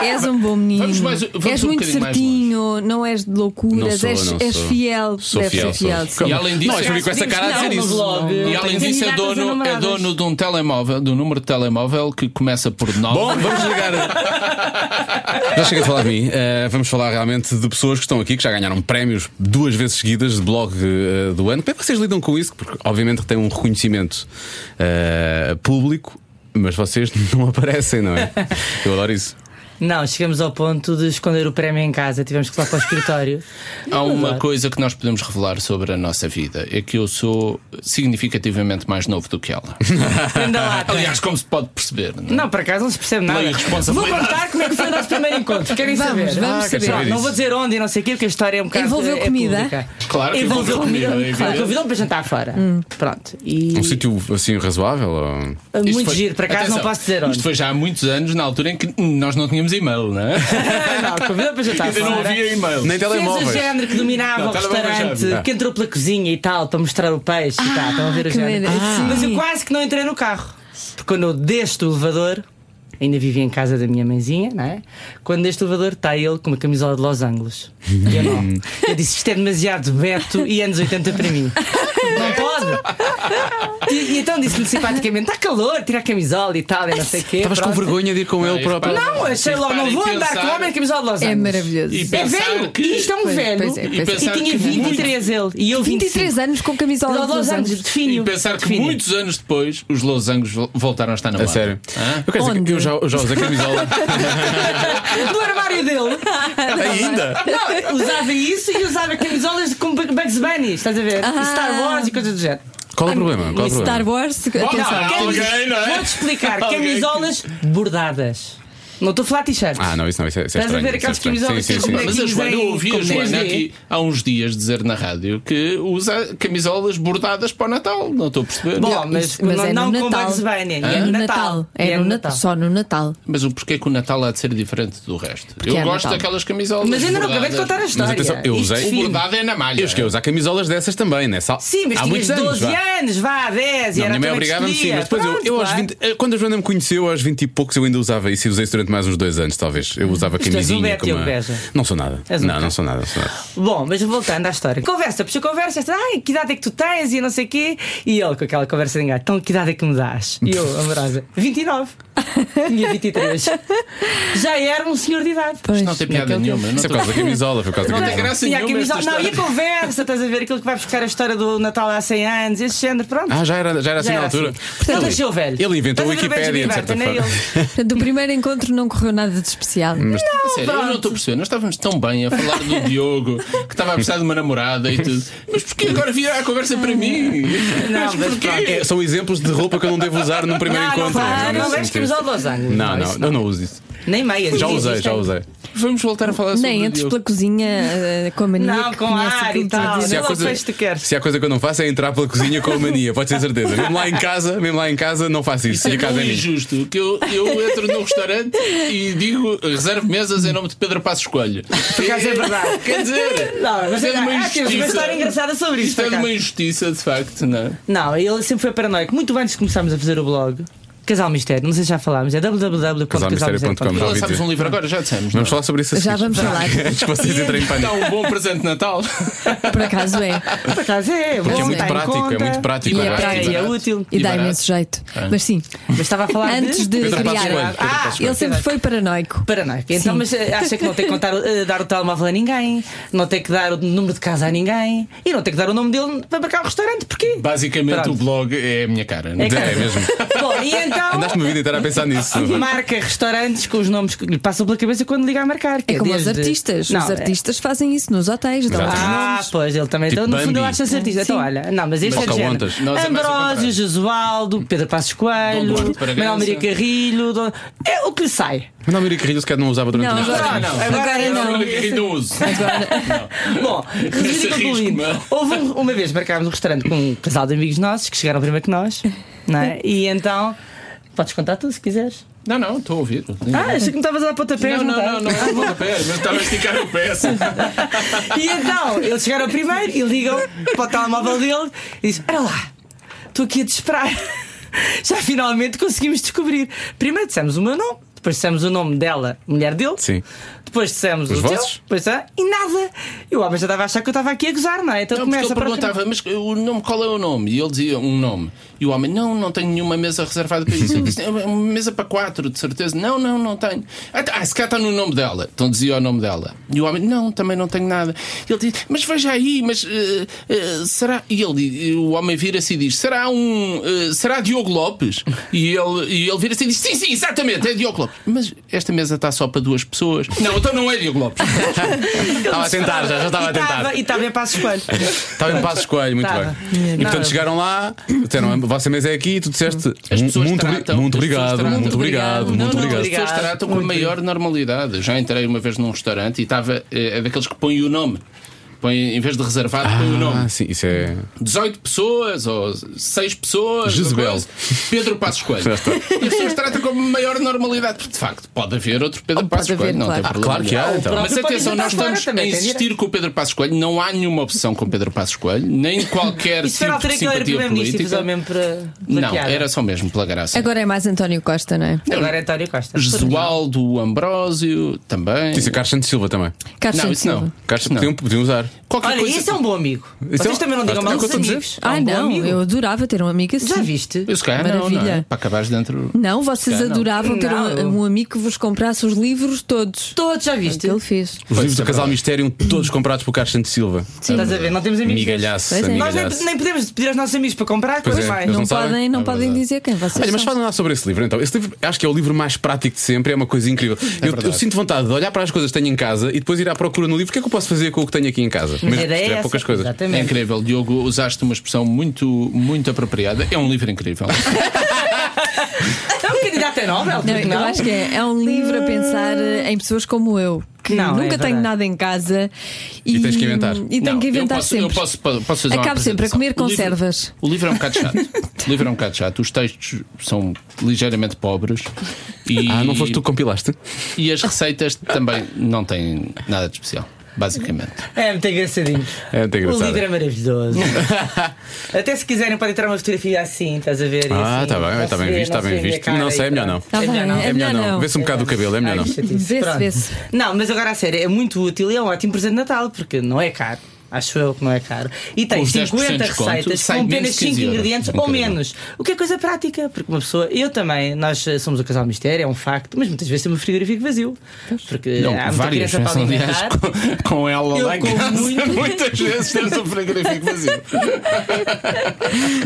és um bom menino.
Vamos mais- vamos
és
um
muito
bocadinho mais
certinho, não és de loucuras,
Não sou,
és,
não
és
sou.
fiel.
Sou
deve
fiel,
ser fiel.
sou.
sim.
E além disso,
Não, eu vi com essa cara a dizer
Não,
isso.
logo.
E além disso é
Candidatas a
dono, é
namoradas.
dono de um telemóvel, do número de telemóvel que começa por 9.
Bom, vamos ligar. Já chega de falar de mim. Eh, vamos falar realmente de pessoas que estão aqui, que já ganharam prémios duas vezes seguidas de blog eh, do ano. Como é que vocês lidam com isso? Porque, obviamente, tem um reconhecimento eh, público, mas vocês (laughs) não aparecem, não é? Eu adoro isso.
Não, chegamos ao ponto de esconder o prémio em casa, tivemos que ir lá para o escritório.
Há uma coisa que nós podemos revelar sobre a nossa vida: é que eu sou significativamente mais novo do que ela.
(laughs) Ainda lá.
Aliás, como se pode perceber, não
(laughs)
é?
Não, por acaso não se percebe nada.
Meio
Vou
responsabilidade.
contar como é que foi o nosso primeiro encontro. Querem
Vamos,
saber?
vamos
Ah, quero
saber.
saber.
Não, não vou dizer onde e não sei o quê, porque a história é um bocado.
Envolveu
é
comida?
pública.
Claro que
envolveu
envolveu
comida.
comida, é
Claro,
evidente.
convidou-me para jantar fora. Pronto. E
Um sítio assim razoável? ou-
Isto
muito
foi-
giro, por acaso não
Atenção,
posso dizer onde.
Isto foi já há muitos anos, na altura em que nós não tínhamos e-mail, não é?
(laughs) não, convidou-me para jantar
Ainda
fora.
não havia e-mail.
Nem
Fez o
telemóveis.
género que dominava
Não,
o
telemóvel já
restaurante,
havia.
que entrou pela cozinha e tal, para mostrar o peixe e tal. Estão a ver o
Ah, que
género. Ah.
maneiro, sim.
Mas eu quase que não entrei no carro. Porque quando eu desço do elevador, ainda vivia em casa da minha mãezinha, não é? Quando deste elevador está ele com uma camisola de Los Angeles. E eu não. Eu disse isto é demasiado Beto e anos 80 para mim. Não pode! E, e então disse-lhe simpaticamente: está calor, tira a camisola e tal, e não sei o quê.
Estavas com
pronto."
vergonha de ir com ele
Não,
próprio.
isso
Não, achei
Sim,
logo, não
parem
vou
de
andar com
pensar.
o homem de camisola de Los
É
Angeles.
maravilhoso.
E
É
pensar
velho!
que-
Isto é um
Pois,
velho!
pois é,
E
pois é.
pensar
E tinha
que muito-
23 ele e eu 25.
23 anos com camisola
Los,
de Los
Angeles,
Angeles.
define.
E pensar que
define. (laughs)
muitos anos depois os losangos vol- voltaram a estar na
A
moda.
sério.
Hã?
Eu quero dizer que
Onde?
eu já, eu já usei
(laughs)
camisola.
Do armário dele.
Ainda?
Não, usava isso e usava camisolas com Bugs Bunny, estás a ver?
Ah.
Star Wars e coisas do género.
Qual é o problema? Qual é o
Isso, Star
problema?
Wars,
Não,
atenção.
alguém, não
Vou-te
é?
explicar.
Alguém que-
Camisolas bordadas. Não estou a falar de t-shirts.
Ah, não, isso não, isso é, isso é
Estás a
estranho.
ver
isso é
aquelas
estranho.
camisolas
Sim, sim,
que
sim.
têm
Mas a Joana, eu ouvi a
Como
Joana
3D.
aqui há uns dias dizer na rádio que usa camisolas bordadas para o Natal. Não estou a perceber.
Bom, mas,
Mas é
não
no
com
Natal.
Bugs Bunny.
É
É
no
Natal.
Natal. É no Natal. Só no Natal.
Mas o porquê que o Natal há de ser diferente do resto? eu
é
gosto
Natal.
daquelas camisolas.
Mas ainda não acabei de
bordadas.
contar a história.
atenção, eu
Isto
usei-
O
define.
bordado é na malha.
Eu cheguei a usar camisolas dessas também, nessa
Sim, mas
há
tinhas
muitos
12
anos. vá.
anos, vá, 10 e
Não, minha mãe
era também que
obrigava-me sim,
escolhia.
mas depois eu,
Pronto,
eu aos
claro.
20, eh, quando a Joana me conheceu, aos 20 e poucos eu ainda usava isso e usei isso durante mais uns dois anos, talvez. Eu usava
és um
camisinha.
Beto, Diogo Beja.
Não sou nada.
És um
não, não
bocado.
sou nada, não sou nada.
Bom, mas voltando à história. Conversa, puxa conversa, esta, ai, que idade é que tu tens e não sei o quê. E ele com aquela conversa de engato, então que idade é que me dás? E eu, amorosa, 29. Tinha 23. (laughs) Já era um senhor de idade.
(laughs) Pois.
Isto não tem piada
Naquele
nenhuma. Não
Isso é por
estou-
causa da camisola, foi por causa da
Não tem
camisola.
graça
Tinha a
nenhuma. esta
camisola. Não, e a
história.
conversa, estás a ver? Aquilo que vai buscar a história do Natal há 100 anos, esse género, pronto.
Ah, já era, já era assim
Já
na
era
altura.
assim. Portanto,
Ele-
nasceu velho.
Ele inventou a
Estás a ver o
Wikipédia, de
Benjamin
certa
Button, é
forma.
Portanto, (laughs) do primeiro encontro não correu nada de especial.
Sério, eu não estou a perceber. Nós estávamos tão bem a falar do
(laughs)
Diogo, que estava a precisar de uma namorada e tudo. Mas porquê agora virar a conversa para mim?
Não, mas pronto.
É, são exemplos de roupa que eu não devo usar num primeiro
Não, não,
encontro.
vai, não
isso
vejo
interessa.
camisola de Los Angeles.
Não, não,
isso
eu não uso isso.
Nem é- meias.
Já
não
usei,
existem.
já usei.
Vamos voltar a falar sobre
Nem
o
entres
Diogo.
pela cozinha eh, com a mania
Não,
que
com
conhece
ar e
aquilo
tal.
tudo.
Não, não, pois tu queres.
se há coisa que eu não faço é entrar pela cozinha com a mania, pode ter certeza. Mesmo lá em casa, mesmo lá em casa, não faço isso.
Isso é
Minha casa
tão
é minha.
injusto que eu, eu entro num restaurante e digo reserve mesas em nome de Pedro Passos Coelho.
Por acaso é verdade.
Quer dizer,
Não, mas
isto é de uma
ah, temos uma
injustiça.
história engraçada sobre isto.
isto é
por
de
acaso.
uma injustiça, de facto, não é?
Não, ele sempre foi paranoico. Muito antes de começarmos a fazer o blog, Casal Mistério, não sei se já falámos, é
Casalmistério.com. Já
www.casalmistério.com.
ouvi
Lançámos
dizer.
um livro agora, já dissemos.
Vamos falar sobre isso a
Já
seguir.
vamos falar.
(laughs) Antes que vocês entrem em pânico.
Dá um bom presente de
(laughs)
Natal.
Por acaso é.
Por acaso é,
Porque é
bom,
muito
está em
prático, é
conta.
muito prático.
E é
agora.
prático.
É, é útil.
E,
E
dá
barato.
imenso jeito. Mas sim,
Mas estava a falar
antes de
Pedro Passos
criar.
Coelho, Pedro
Ah,
Passos
Ele sempre foi paranoico.
Paranoico. Então,
Sim.
mas eh, acha que não tem que contar, eh, dar o telemóvel a ninguém, não tem que dar o número de casa a ninguém e não tem que dar o nome dele para marcar o restaurante, porquê?
Basicamente,
Pronto.
o blog é a minha cara. não é?
que-
É mesmo.
Bom, e então,
Andaste uma vida inteira a pensar nisso.
marca restaurantes com os nomes que lhe passam pela cabeça quando liga a marcar. que
É como os
desde-
artistas.
Não,
os
é-
artistas fazem isso nos hotéis, dão os
Ah,
nomes.
pois, ele também.
Tipo
então, no fundo,
Bambi.
eu acho esse artista. Então, olha, não, mas este é de
Pocahontas.
género.
Nós é mais ao
Ambrósio,
contrário.
Jesualdo, Pedro Passos
Dom
Coelho,
Duarte de Bragança.
Manuel Maria Carrilho. Dom- É o que lhe sai.
Mas não, Miri Carrilho sequer não usava durante
Não,
o
agora-
Ah, não. é
Agora não.
Bom,
(laughs) Esse
resumindo e concluindo,
risco,
houve um- uma vez marcámos um restaurante com um casal de amigos nossos que chegaram primeiro que nós, não é? E então. Podes contar tudo se quiseres.
Não, não, estou a ouvir.
Ah, achei que me estavas a dar pontapés,
Não, não,
estava?
não, não, não, não, mas estava a esticar o pé assim.
E então, eles chegaram primeiro e ligam para o telemóvel dele e dizem: Olha lá, estou aqui a te esperar. (laughs) Já finalmente conseguimos descobrir. Primeiro dissemos o meu nome, depois dissemos o nome dela, mulher dele.
Sim.
Depois dissemos
Os
o teu,
vossos?
depois dissemos- e nada. E o homem já estava a achar que eu estava aqui a gozar, não é? Então
Não, porque
começa
ele
a procurar.
perguntava, mas o nome, qual é o nome? E ele dizia um nome. E o homem, não, não tenho nenhuma mesa reservada para isso. Ele disse, é uma mesa para quatro, de certeza. Não, não, não tenho. Ah, tá, ah, se calhar está no nome dela. Então dizia o nome dela. E o homem, não, também não tenho nada. E ele disse, mas veja aí, mas eh, eh, será. E ele, e o homem vira-se e diz, será um. eh, será Diogo Lopes? E ele, e ele vira-se e diz, sim, sim, exatamente, é Diogo Lopes. Mas esta mesa está só para duas pessoas. Não, então não é Diogo Lopes.
Estava a tentar, já, já estava
E
a tentar.
estava- E estava em passos coelho.
Estava em Passos Coelho, muito
Estava.
bem. E portanto chegaram lá, disseram, vossa mesa é aqui e tu disseste
As
"Mu-
pessoas
muito, obri-
tratam,
muito
as pessoas
obrigado,
tratam.
muito obrigado,
Não,
muito
não,
obrigado.
As pessoas tratam com a maior normalidade. Já entrei uma vez num restaurante e estava. É, é daqueles que põem o nome. Põe, em vez de reservado, põe o
Ah,
nome.
sim, isso é.
18 pessoas ou 6 pessoas.
Jezebel.
ou coisa. assim. Pedro Passos Coelho. e as pessoas tratam com a maior normalidade. Porque de facto pode haver outro Pedro
Oh, pode
Passos Coelho.
haver,
não
claro.
tem
Ah,
problema.
claro que há,
nenhum.
então.
Mas
Próprio pode
atenção,
inventar
nós
fora
estamos a
também, tem
insistir com o Pedro Passos Coelho. Não há nenhuma opção com o Pedro Passos Coelho, nem qualquer
Isso foi na
tipo
altura
de
em que ele era
simpatia
primeiro-ministro e fez
política.
o mesmo para.
Não,
piada.
era só mesmo pela graça.
Agora é mais António Costa, não é?
Agora é António Costa.
Jesualdo Ambrósio também.
Isso é Carlos Santos Silva também.
Carlos
Não,
Santos
isso não.
Silva.
Carlos
Não.
podiam, podiam usar.
Qualquer
Olha,
coisa.
esse é um bom amigo.
Esse é
Vocês
um-
também não digam mal
É o que eu
dos
estou a dizer.
amigos. É um
Ah,
bom
não,
amigo.
eu adorava ter um amigo assim.
Já viste?
Eu se calhar não, não é?
Maravilha.
Para acabares dentro.
Não, vocês
Se calhar não.
adoravam ter
Não.
um, um amigo que vos comprasse os livros todos.
Todos já
Isto
viste?
ele fez.
Os livros
ser
do Casal
é verdade.
Mistério todos comprados por Carlos Santos Silva.
tipo.
Estás a ver? Não temos amigos.
Migalhaço,
Pois é.
Nós nem,
amigalhaço.
nem podemos pedir aos nossos amigos para comprar,
Pois
pois
é.
vai.
Eles
Não,
não sabem?
podem, não
É
podem
verdade.
dizer quem vocês
Olha, mas
são.
falem lá sobre esse livro então. Esse livro acho que é o livro mais prático de sempre, é uma coisa incrível. eu,
verdade.
eu sinto vontade de olhar para as coisas que tenho em casa e depois ir à procura no livro. O que é que eu posso fazer com o que tenho aqui em casa?
Mas a ideia
isto
é essa.
poucas coisas.
É
Exatamente.
incrível, Diogo. Usaste uma expressão muito, muito apropriada. É um livro
(laughs)
incrível.
É um candidato a Nobel,
Não,
porque
eu
não?
acho que é, é um livro a pensar eh, em pessoas como eu, que
Não, é
nunca tenho
verdade.
nada em casa e,
E tens que inventar.
E tenho
Não,
que
eu
inventar
posso-
sempre.
Eu posso, posso fazer uma
Acabo sempre a comer
apresentação. O livro- (laughs)
conservas.
O livro é um
(laughs)
bocado chato. o livro é um bocado chato. Os textos são
(laughs)
ligeiramente pobres. E,
Ah, não foste tu que compilaste?
e as receitas também não têm nada de especial, basicamente.
É muito engraçadinho.
É muito
O
engraçado.
livro é maravilhoso. (laughs) Até se quiserem, podem tirar uma fotografia assim, estás a ver? e
Ah,
assim,
tá bem,
não
tá
se
bem
vê,
visto, tá
se
bem
vê a minha
visto.
cara
Não
e
sei, é melhor
pronto.
não.
É
Tá
melhor
bem,
não.
é melhor não.
Vê-se um bocado do cabelo, é melhor
Ai,
não.
que chatice.
Vê-se,
Pronto.
vê-se.
Não, mas agora a sério, é muito útil e é um ótimo presente de Natal, porque não é caro. Acho eu que não é caro. E tem
Com os
50
10% de desconto,
receitas
sai
com
menos
apenas
de
5
15 euros.
ingredientes
Um
ou
bocadinho.
menos. O que é coisa prática, porque uma pessoa, eu também, nós eh, somos o casal mistério, é um facto, mas muitas vezes temos um frigorífico vazio. Porque eh,
Não,
há muita
várias
criança para
vezes, aliás,
alimentar.
com, com ela
Eu
lá em
como
casa.
muito.
Muitas vezes temos um frigorífico vazio.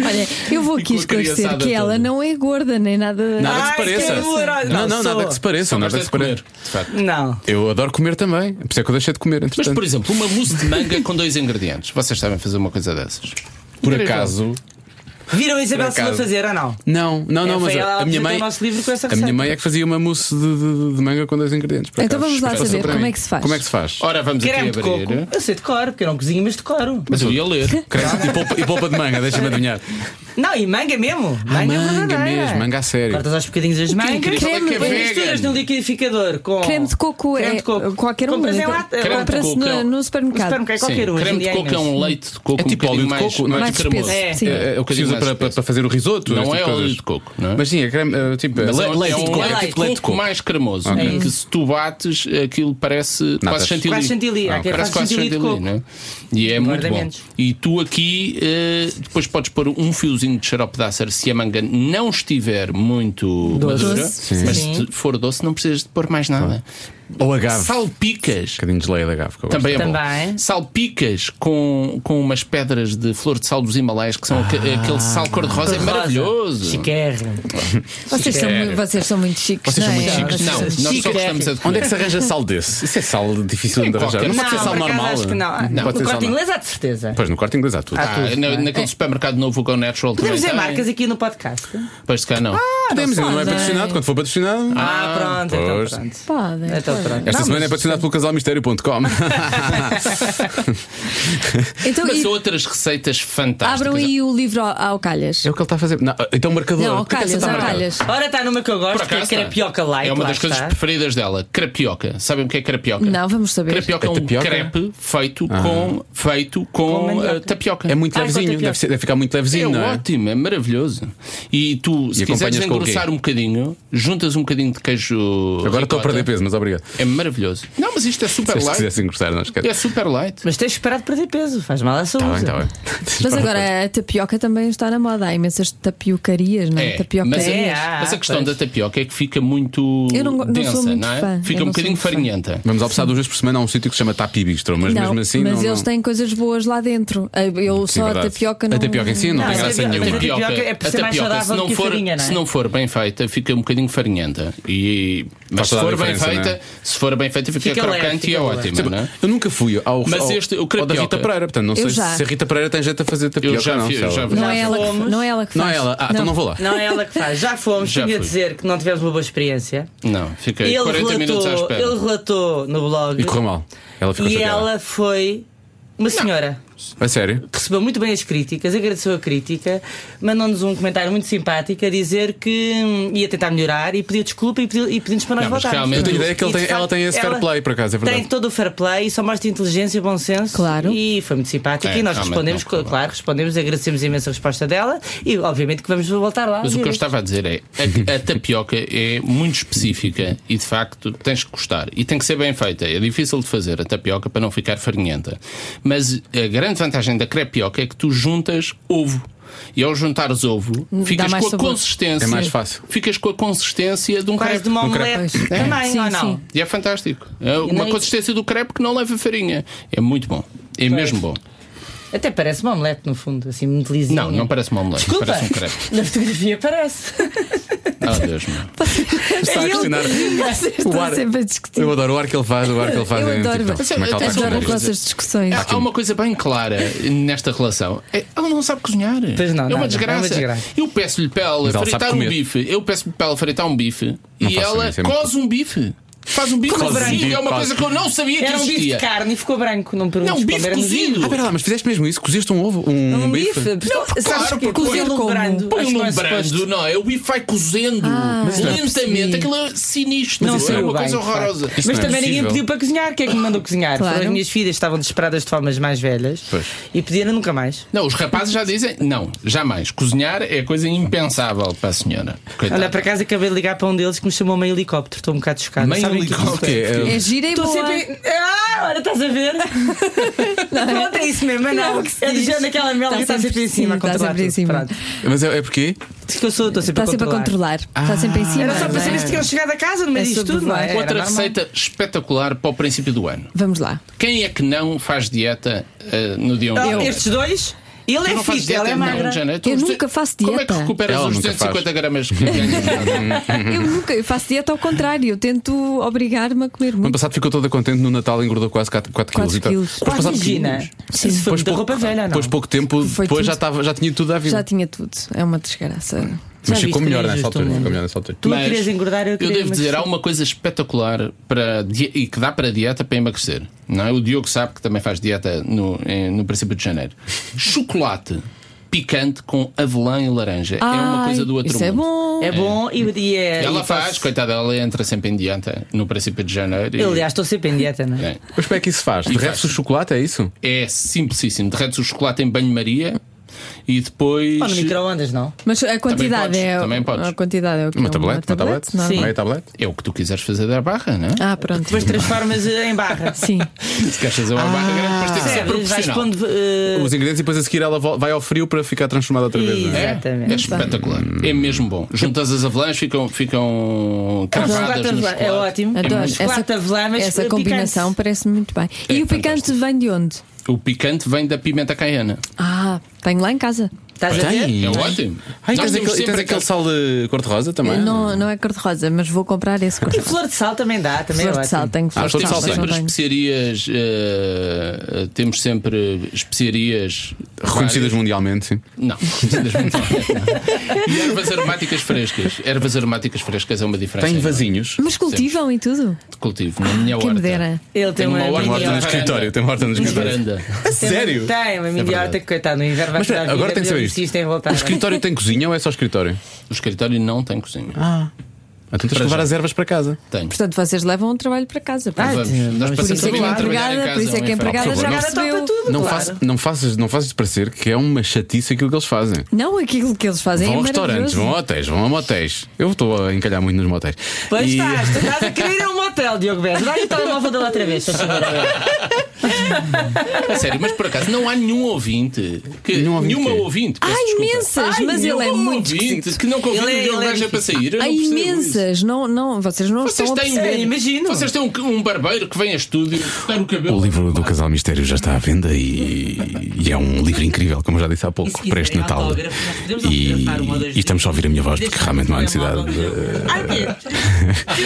Olha, eu vou aqui
Ficou a
esclarecer
criançada
que ela
toda.
não é gorda nem nada.
Nada
Ai,
que se pareça.
que horror.
Não, não,
Não,
nada
sou.
que se pareça. Nada que se pareça.
Não.
Eu adoro comer também, por isso é que eu deixei de comer.
Mas,
Entretanto.
por exemplo, uma mousse de manga com dois ingredientes. Vocês sabem fazer uma coisa dessas?
por acaso,
Viram a Isabel
Por
Silva
acaso.
fazer ou não?
Não, não, não,
É,
mas
foi ela
a, a minha
apresentou
mãe.
o nosso livro com essa
a minha
receita.
mãe é que fazia uma mousse de, de- de manga com dois ingredientes. por
Então
acaso.
vamos lá
Passou
saber
para
como
mim.
é que se faz.
Como é que se faz?
Ora, vamos
Creme
aqui
de
abrir.
coco. Eu sei de cor, porque eu não cozinho, mas de coro.
Mas eu ia ler.
Creme e, polpa, e polpa de manga, deixa-me adivinhar.
Não, e manga mesmo. Manga,
Ah,
é
manga
verdadeira.
mesmo, manga a sério.
Cortas aos bocadinhos as mangas.
incrível é que é
pões
vegan.
misturas no um liquidificador com.
Creme de coco
Creme
é
de coco.
qualquer um.
Compras em lata.
Compra-se
Creme de coco
no-
é um-
no supermercado.
Supermercado, qualquer
Sim,
um.
creme
hoje
de
em dia
coco é
imenso.
um leite de coco
É tipo
um
óleo de
bocadinho
coco, não é?
mais,
Mais espesso.
cremoso.
Sim.
É, é o que se usa para, para- para fazer o risoto.
Não
estas
é
coisas.
óleo de coco, não é?
Mas sim, é creme. eh, tipo,
Mas é,
leite-
é
leite
um
de coco, é tipo leite de coco.
mais cremoso. é
Ok.
Que se tu bates, aquilo parece
Natas.
quase chantilly.
Quase chantilly,
Ah,
ok,
ok.
quase chantilly de coco.
né? E é muito bom.
menos.
E tu aqui eh, depois podes pôr um fiozinho de xarope de ácer se a manga não estiver muito
Doce.
madura.
Doce,
Mas
sim.
se for doce, não precisas de pôr mais nada.
Ou a Gave.
salpicas.
Um bocadinho de geleia da Gave. que eu gosto.
Também é
Também.
bom. Salpicas com, com umas pedras de flor de sal dos Himalaias, que são aque-
Ah.
aquele sal cor-de-rosa, é maravilhoso.
Chiquérrimo.
Vocês são, mu- vocês são muito chiques.
Vocês são
não é?
muito chiques.
Não, nós só
Chique.
gostamos é de
Onde
comer.
é que se arranja sal desse? Isso é sal difícil
Em
de arranjar.
qualquer-
Não pode ser
Não,
sal
por acaso
normal.
acho que não.
pode
no
ser sal
corte
normal.
inglês há de certeza.
Pois, no corte inglês há tudo.
Ah, na-
é.
naquele supermercado novo, o Go Natural. também
Podemos dizer
tem.
marcas Ah, aqui no podcast?
Pois de cá não.
Podemos, ainda não é patrocinado. Quando for patrocinado.
Ah, pronto,
pois.
então pronto.
Podem.
Então pronto.
Esta
Não,
semana
mas-
é patrocinado pelo
(laughs)
casalmistério.com.
Então,
Mas
e-
outras receitas fantásticas.
abram aí o livro ao, ao calhas.
É o que ele está a fazer. Não, então, marcador.
Não, ao
Por que é que
calhas,
você está
ao
a marcar?
calhas.
Ora está numa que eu
Por
gosto, que é
acaso,
crepioca light.
É uma
lá
das coisas
está.
preferidas dela. Crepioca. Sabem o que é crepioca?
Não, vamos saber.
Crepioca é
É
um
tapioca? Ah.
crepe feito com, feito com,
mandioca.
eh, tapioca.
É muito
Ai,
levezinho.
quanto é pior.
Deve, ser- deve ficar muito
É
levezinho, não é?
ótimo, é maravilhoso. E tu, se
E
quiseres
acompanhas com o quê?
engrossar um bocadinho, juntas um bocadinho de queijo.
Agora estou a
ricota.
perder peso, mas obrigado.
É maravilhoso. Não, mas isto é
Se
super
eu
light.
quisesse engrossar, não esquece.
É super light.
Mas tens esperado perder peso, faz mal à
Tá
Está bem,
saúde.
está bem.
Mas agora é a tapioca também está na moda. Há imensas tapiocarias, não é?
É, mas,
Tapiocarias.
É, ah,
mas a questão
pois.
da tapioca é que fica muito
Eu não- não sou
densa,
muito
não é?
fã.
Fica
Eu não sou
um bocadinho
muito fã.
farinhenta.
Vamos almoçar duas vezes por semana a um sítio que se chama Tapi Bistro, mas
assim. Não,
mesmo assim.
mas
não,
eles
não-
têm coisas boas lá dentro. Eu
Sim,
só
verdade.
a tapioca não.
A tapioca em si não,
Não,
tem
mas
assim
graça
a-
nenhuma.
mas a- tapioca é por ser mais saudável
se
do
não,
que a
for,
farinha, não é?
se não for bem feita, fica um bocadinho farinhenta. E, mas se
toda a
for bem
diferença,
feita,
não é?
se for bem feita, fica,
Fica leve,
crocante e é
fica leve.
ótima, não é?
Eu nunca fui ao,
Mas
ao,
este, o
ao da
crepioca.
Rita Pereira, portanto, não
Eu
sei
já.
se a Rita Pereira tem jeito de fazer tapioca
já
ou não.
fui,
sei lá.
já fui.
Não é,
Já
ela que,
fomos.
não é ela que faz.
Não é ela. Ah, então não vou lá.
Não é ela que faz. Já fomos,
Já
tinha de
fui.
dizer que não tivemos uma boa experiência.
Não, fiquei
ele
40 minutos à
relatou,
espera.
ele relatou no blog
E correu mal. Ela ficou
e
chateada.
ela foi uma senhora.
A
(laughs)
sério?
Recebeu muito bem as críticas, agradeceu a crítica, mandou-nos um comentário muito simpático a dizer que hum, ia tentar melhorar e pediu desculpa e pediu- e pedimos para nós
Não, mas
voltarmos.
realmente-
Eu tenho ideia é que ele
E, de
tem- ela
facto,
tem esse fair
ela
play, por acaso, é
Tem
verdade.
todo o fair play e só mostra inteligência e bom senso.
Claro.
E foi muito simpática
É,
e nós
realmente
respondemos,
não correu bem.
claro, respondemos, agradecemos imenso a resposta dela e obviamente que vamos voltar lá.
Mas o que eu
ouvir.
estava a dizer é a, a tapioca é muito específica e de facto tens que gostar e tem que ser bem feita. É difícil de fazer a tapioca para não ficar farinhenta. Mas a grande vantagem da crepioca é que tu juntas ovo. E ao juntares ovo, ficas
mais
com a
sabor.
consistência.
É mais fácil.
Ficas com a consistência de um
Quase
crepe.
de uma
crepe.
omelete também,
Sim,
ou não?
sim.
E é fantástico. É uma
nem-
consistência do crepe que não leva farinha. É muito bom. É mesmo bom.
Até parece uma omelete, no fundo, assim, muito lisinha.
Não, não parece uma omelete.
Desculpa.
Parece um
(laughs)
crepe.
Na fotografia parece.
(laughs) Oh, Deus meu.
Está a
(laughs)
questionar.
Vocês
O
estão
ar-
sempre a discutir.
Eu adoro o ar que ele faz, o ar que ele faz.
Eu
é,
adoro.
tipo,
Mas
como é que ela está a
eu
questionar
Adoro com
isto?
essas discussões.
É,
Ah,
tipo.
Há, há uma coisa bem clara nesta relação. É, ela não sabe cozinhar.
Pois não,
é,
nada,
uma
é
desgraça.
uma desgraça.
Eu peço-lhe para ela
Mas ela
fritar
sabe
um
comer.
bife. Eu peço-lhe para ela fritar um bife
Não
e
faço
ela
isso, é muito-
coze um bife. Faz um bife
Coze um bife,
cozido. É uma
quase.
coisa que eu não sabia que
Era um bife de
existia.
carne e ficou branco, não me perguntes
Não, um
como,
bife
era nozinho.
cozido.
Ah, pera lá, mas fizeste mesmo isso? Cozeste um ovo? Um,
Um bife?
bife?
Não,
Sabes
claro,
que
porque
cozer
põe-
como?
brando.
Põe
Acho que
um
não é
brando,
suposto. Ah.
não é? O bife vai cozendo lentamente. Aquilo é sinistro.
Não
é
saiu
uma
bem,
coisa
de facto.
horrorosa.
Isso
Mas
não é
também ninguém
possível.
pediu para cozinhar. Quem é que me mandou cozinhar?
Claro.
Foram as minas filhas, estavam desesperadas de formas mais velhas
Pois.
e pediram nunca mais.
Não, os rapazes já dizem, não, jamais. Cozinhar é coisa impensável para a senhora. Coitada.
Olha, para casa acabei de ligar para um deles que me chamou meio helicóptero. Estou um bocado chocado. Sabem
Meio
o que é que isto
helicóptero?
é?
É,
É gira e
Estou
boa.
sempre. Ah, olha, estás a
(laughs)
ver? Pronto, é isso mesmo. é Não,
Não, que se
é do
diz.
género daquela mel que
Está
está sempre
sempre
em cima. a
em cima, está
controlar
sempre em
tudo.
cima.
Pronto.
Mas é, é porquê?
Diz que eu sou, estou
Está
sempre a
sempre a
controlar.
controlar. Está sempre em cima.
Era só
não
para
é?
saber se tinham chegado a casa no meio
É
disto
sobre
tudo, não é?
vai.
Era
Outra
normal.
receita espetacular para o princípio do ano.
Vamos lá.
Quem é que não faz dieta eh, no dia 1 de
Ah,
janeiro?
Estes dois, ele
Tu
é
não fazes
fit, ela é
dieta, não,
magra.
Jana? Tu-
Eu
tu-
nunca faço
Como é que
dieta.
recuperas
Ela
os
nunca
250
faz.
gramas
(laughs)
que ganhas?
Eu nunca eu faço dieta ao contrário. Eu tento obrigar-me a comer
No ano
muito.
passado ficou toda contente, no Natal engordou quase 4 quilos. Então,
quilos.
depois
Quase
passado-
Gina. Isso foi
Depois
muita
pouco-
roupa velha, Ah, não?
Depois pouco tempo,
Foi
depois já,
tudo.
estava, já tinha tudo à vida.
Já tinha tudo. É uma desgraça.
Já
Mas ficou
viste,
melhor
Maria
nessa
Justo,
altura.
não é?
Ficou melhor nessa altura.
Tu querias engordar, eu queria
devo dizer,
emagrecer.
há uma coisa espetacular para, die- e que dá para a dieta para emagrecer. Não é? O Diogo sabe que também faz dieta no, em- no princípio de janeiro. Chocolate picante com avelã e laranja. é uma coisa do outro
Isso é
mundo.
bom.
É bom e, e é.
Ela
e
faz,
faço- é
coitada, ela entra sempre em dieta no princípio de janeiro. e-
Eu, aliás, estou sempre em dieta, não é?
É.
Mas como é que isso faz? Derretes o chocolate, é isso?
É simplicíssimo. Derretes o chocolate em banho-maria. E depois.
Ou no micro-ondas, não?
Mas a quantidade
podes,
é.
também podes.
A quantidade é o que?
Uma tablete, uma tablete,
Não.
meia tablete.
É o que tu quiseres fazer da barra, não é?
Ah, pronto.
Depois transformas em barra.
Sim.
Se queres fazer uma barra grande, depois tem que ser
Percebes? Vais
proporcional.
pondo. eh,
Os ingredientes e depois a seguir ela vol- vai ao frio para ficar transformada outra vez. não é?
É,
Exatamente.
É espetacular. É mesmo bom. Juntas as avelãs, ficam, ficam
chocolate
cravadas no
avelã,
chocolate.
é ótimo.
É
Adoro.
muito
Essa- Chocolate avelã, mas
essa
picante.
combinação parece-me muito bem. e o picante vem de onde?
bom. O picante vem da pimenta caiana.
Ah, tenho lá em casa.
Estás a ver?
Tem.
É ótimo.
Ah, e tens
Nós
aquele,
temos
e
sempre
tens
aquele-
aquele sal de cor-de-rosa também?
Não, não é cor-de-rosa, mas vou comprar esse
E
cor-de-rosa.
flor de sal também dá, também é
Flor de sal,
ótimo.
tenho flor
Nós
de
temos
sal, mas não
sempre
tenho.
especiarias. eh, eh, temos sempre especiarias
Reconhecidas mundialmente, sim.
Não, (laughs) das muito- E ervas aromáticas frescas. Ervas aromáticas frescas é uma diferença.
Tem
enorme
vasinhos.
Mas cultivam e tudo.
de cultivo na minha
Quem
horta.
me dera.
Ele tem
Tem uma
uma
horta
Tem uma horta no
Varanda.
escritório. Tem uma horta no
Na
escritório.
varanda.
Sério?
Tem, uma mini horta que coitado, no inverno vai
Mas espera,
ficar
agora tem que saber isto.
isto. é em voltar.
O escritório tem cozinha ou é só escritório?
O escritório não tem cozinha.
Ah. Então tens que levar as ervas para casa.
Tem.
Portanto, vocês levam o trabalho para casa. pá.
Ah,
Vamos.
tem-
Nós
por
por
passamos
isso
a
é que
manhã
a
a trabalhar em
empregada, por
casa.
isso é que a
um inferno.
empregada
favor,
já
não-
topa
recebeu.
tudo,
Não,
claro.
faças, não, faças, não faças parecer que é uma chatice aquilo que eles fazem.
Não, aquilo que eles fazem
vão a
é
restaurantes,
maravilhoso.
vão a hotéis, vão a motéis. Eu estou a encalhar muito nos motéis.
Pois
E-
estás, tu estás a querer ir a um motel, Diogo Beto. Dá-lhe o telemóvel dele outra vez, se faz favor.
A sério, mas por acaso não há nenhum ouvinte que
Nenhum ouvinte é.
nenhuma
quê?
ouvinte.
Há
peço desculpa.
imensas,
Há
mas ele é
nenhum
muito
ouvinte
esquisito.
que não convida
Ele é-
o Diogo
ele é-
Beja para sair. Eu
Há
não percebo isso.
imensas. Não, não, vocês não
Vocês
estão a
têm, um
perceber.
perceber. Imagino.
vocês têm um, um barbeiro que vem a estúdio cortar o cabelo.
O livro do Casal Mistério já está à venda e, e é um livro incrível, como eu já disse há pouco,
E se
para este
quiserem
Natal.
autógrafo, nós podemos
E,
autografar um ou dois
e estamos só a ouvir a minha voz porque
Deixa-me
realmente não há
ver
necessidade.
mal
de-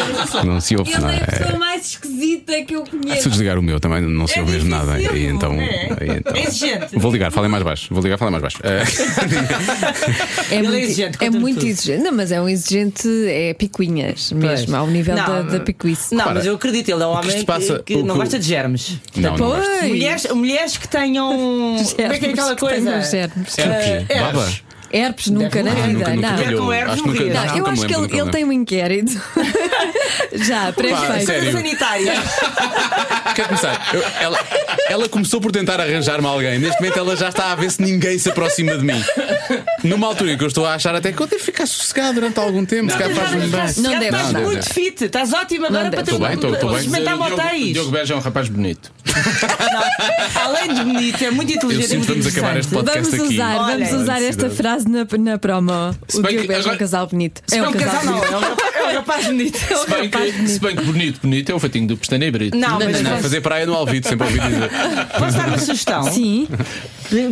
algum
Não se ouve, não
Ele é a
é?
pessoa mais esquisita que eu
Se
é.
conheço.
eu desligar o meu também não se ouve mesmo nada.
difícil,
E então,
é.
e então-
É exigente.
Vou ligar, falem mais baixo. Vou ligar, falem mais baixo. (laughs) Eh,
É
Ele é
muito
exigente,
É
conta-me
muito
tudo.
exigente. Não, mas é um exigente, é picuinhas mesmo,
Pois.
ao nível
Não,
da, da picuice. (laughs)
Não, mas eu acredito, ele é um
que
homem
se
que,
passa-
que
o que
não
o-
gosta de germes.
não, não gosto.
Pois.
Mulheres, mulheres
(laughs)
que tenham. Como é que é aquela
Germes, tenho
coisa? um
uns germes.
Sempre.
é.
Baba?
Herpes nunca na
Ah,
vida.
nunca, nunca
não.
calhou.
Com ervas
Acho que nunca-
morridas.
Não,
acho que
eu
nunca me
acho que
lembro,
ele,
nunca me
ele
lembro.
tem um inquérito. (laughs) Já, pré-feito.
sério?
sanitária.
Quer começar? Eu- ela, ela começou por tentar arranjar-me alguém. Neste momento ela já está a ver se ninguém se aproxima de mim. Numa altura em que eu estou a achar até que eu devo ficar sossegado durante algum tempo. Se calhar faz-me bem.
Não
Já
deve
Estás
dar.
muito fit, estás ótimo agora para
deve.
ter
então,
Estou bem, estou- estou
para
bem.
experimentar
Mas, eh, Diogo-
motéis.
Diogo Beja é um rapaz bonito.
Não, Além de bonito, é muito
Eu
inteligente. é
sinto que
muito
vamos acabar este
interessante.
podcast
Vamos
aqui.
usar,
Olha,
vamos usar esta
necessidade.
frase na, na promo.
Se
O
bem
Diogo
que
Beja é um
agora-
casal bonito. É
É um casal, não,
bonito.
é um rapaz- é um rapaz bonito.
Se bem, que, se bem que bonito, bonito é o fatinho do Pestana e Brito.
Não, mas
Não,
posso-
fazer praia no Alvito, sempre ouvi (laughs) dizer.
posso dar uma sugestão?
Sim,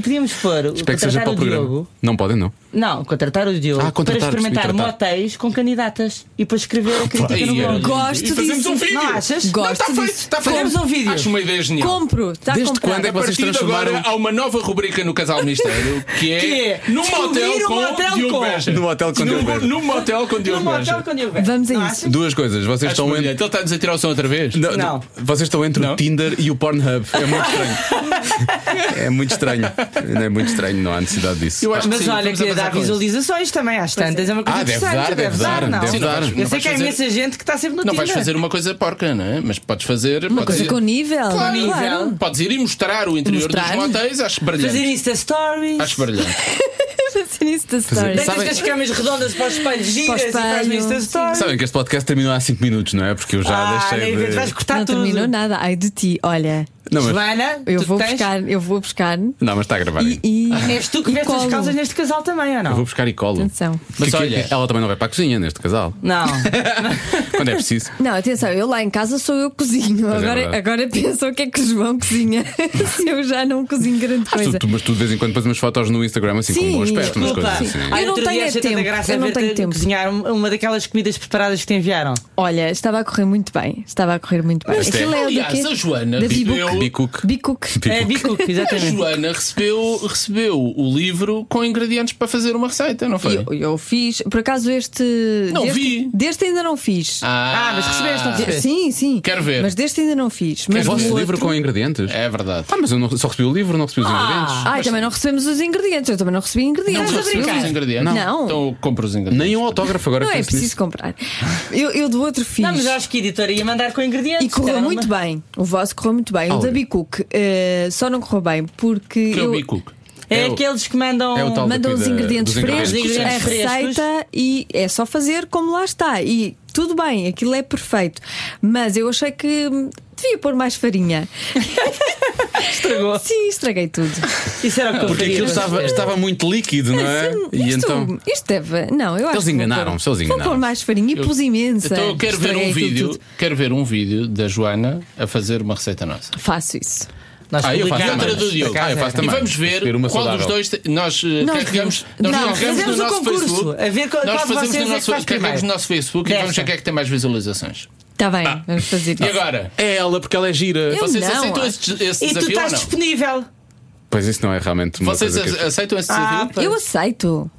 Podíamos pôr o
Espero que seja
contratar
para
o
o programa.
Diogo.
Não podem, não.
Não, contratar o Diogo
Ah,
para
contratar,
experimentar
sim, contratar.
motéis com candidatas e para escrever a crítica
Aí,
no
era-
blog.
Gosto
e fazemos
disso.
um vídeo.
Não achas?
Não,
gosto
está feito,
disso.
está feito.
Fazemos um vídeo.
Acho uma ideia genial.
Compro, está
Desde
comprado.
quando é
A
que vocês
partir de
transformaram-
agora há uma nova rubrica no Casal Mistério que é,
Que é
num
descobrir
motel
um
com
motel
Diogo
com-
Beja.
Num hotel com Diogo
Num-
Beja.
Num motel com Diogo
Num motel
Beja.
com Diogo Beja.
Vamos a
Não
isso.
achas?
Duas coisas. Vocês
Acho
estão
brilhante.
entre.
Ele está-nos a tirar o som outra vez?
Não,
Não.
Vocês estão entre
Não.
o Tinder e o Pornhub. É muito (laughs) estranho. é muito estranho. É muito estranho, não há necessidade disso.
Eu acho
Mas
que sim,
olha,
vamos
que
avançar
dá
com isso.
visualizações também às tantas. É uma coisa
Ah, deve
interessante.
dar, deve dar,
não.
deve
Sim, não
dar.
vais-
Eu sei
vais
que há
fazer-
imensa gente que está sempre no
Não
Tinder.
vais fazer uma coisa porca, não é? Mas podes fazer.
Uma coisa com nível.
Claro.
claro.
Podes ir e mostrar o interior
Mostrar.
dos motéis, acho
Fazer
brilhante.
Insta Stories.
Acho brilhante.
Fazer isso da story.
Deitas
Sabem-
as camas redondas para os espelhos giras e
espelho,
faz Insta
sim.
Stories.
Sabem que este podcast terminou há 5 minutos, não é? Porque eu já
Ah,
deixei.
nem
de...
vês, vais cortar
Não
tudo.
terminou nada. Ai de ti, olha.
Não, mas,
Joana,
Eu
tu
vou
tens... Ah.
buscar, eu vou buscar.
não, mas está a gravar.
E, e
És tu que
e
vestes as
colo.
calças neste casal também, ou
Eu vou
não?
buscar e colo.
Atenção.
Mas
Que- que-
olha-
ela também não vai para a cozinha neste casal. (laughs)
Não.
Quando é preciso.
(laughs) Não, atenção, eu lá em casa sou eu que cozinho.
é
agora,
verdade.
agora (laughs) pensa o que é que o João cozinha. (laughs) Se eu já não cozinho grande coisa.
Tu, tu- mas tu de vez em quando pões umas fotos no Instagram assim com
é. Sim,
um bom aspecto, umas
Desculpa.
coisas assim.
Sim.
Ai,
Eu não
outro dia
tenho
achei tanta
tempo.
graça
Eu não
ver-te
tenho tempo.
cozinhar um- uma daquelas comidas preparadas que te enviaram.
Tipo
Olha, estava a correr muito bem. Estava a correr muito bem.
Mas
Aquilo é o da
aliás, a
quê?
Joana
Da
recebeu.
Bicook.
Bicook.
É
(laughs)
bico,
A
exatamente.
Joana recebeu, recebeu o livro com ingredientes para fazer uma receita, não foi?
Eu, eu fiz. Por acaso este.
Não
deste,
vi.
Deste ainda não fiz.
Ah, mas recebeste,
um
não recebeste?
Sim, sim.
Quero ver.
Mas deste ainda não fiz.
O
Mas
vosso
o
livro
outro- Ah.
com ingredientes?
É verdade.
Ah, mas eu não- só recebi o livro, não recebi os ingredientes.
Ai, também não recebemos os ingredientes. Eu também não recebi ingredientes.
Não recebeu os ingredientes?
Não.
Então eu compro os ingredientes.
Nem um autógrafo agora
Não é
penso
preciso
nisso.
comprar. Eu, eu do outro fiz.
Não, mas eu acho que a editora ia mandar com ingredientes.
E correu
caramba.
muito bem. O vosso correu muito bem. O
Olha.
da Bicook eh, só não correu bem porque.
Que é
eu...
o Bicook.
É,
É o-
aqueles que mandam.
é o tal-
Mandam os
da-
ingredientes
dos
frescos,
ingredientes
a
frescos.
receita e é só fazer como lá está. E tudo bem, aquilo é perfeito. Mas eu achei que hum, devia pôr mais farinha.
Estragou.
Sim, estraguei
(laughs)
tudo.
Isso era o que eu
Porque
queria.
aquilo estava, estava muito líquido, não é?
Sim,
E
isto,
então.
isto deve. Não,
Eles
eu acho que vou pôr-
enganaram-se, eles
Vou pôr
enganaram-se.
mais farinha e pus imensa.
Então eu quero ver
Estraguei
um
aquilo
vídeo,
tudo.
quero ver um vídeo da Joana a fazer uma receita nossa.
Faço isso.
Nós
Ah, eu faço
E
publicámos.
também.
outra do Diogo.
Por acaso
Ah, eu faço
é. Também.
também. E vamos ver
Ter uma
qual dos
saudável.
dois. te- Nós eh,
Nós
carregamos,
vemos.
nós
Não,
carregamos no
fazemos um
nosso
concurso.
Facebook.
A ver qual-
nós
qual de
fazemos
vocês
no
é que
nosso,
faz
carregamos no
primeiro.
nosso Facebook e
Desta.
vamos ver quem é que tem mais visualizações.
Está Tá bem, vamos fazer isso.
Ah. E agora?
É ela, porque ela é gira.
Eu-
Vocês
não,
aceitam
acho-
esse, esse
E tu
desafio ou
estás
não?
disponível.
Pois isso não é realmente uma
Vocês
coisa que-
ace- aceitam esse
Ah,
desafio?
Eu aceito.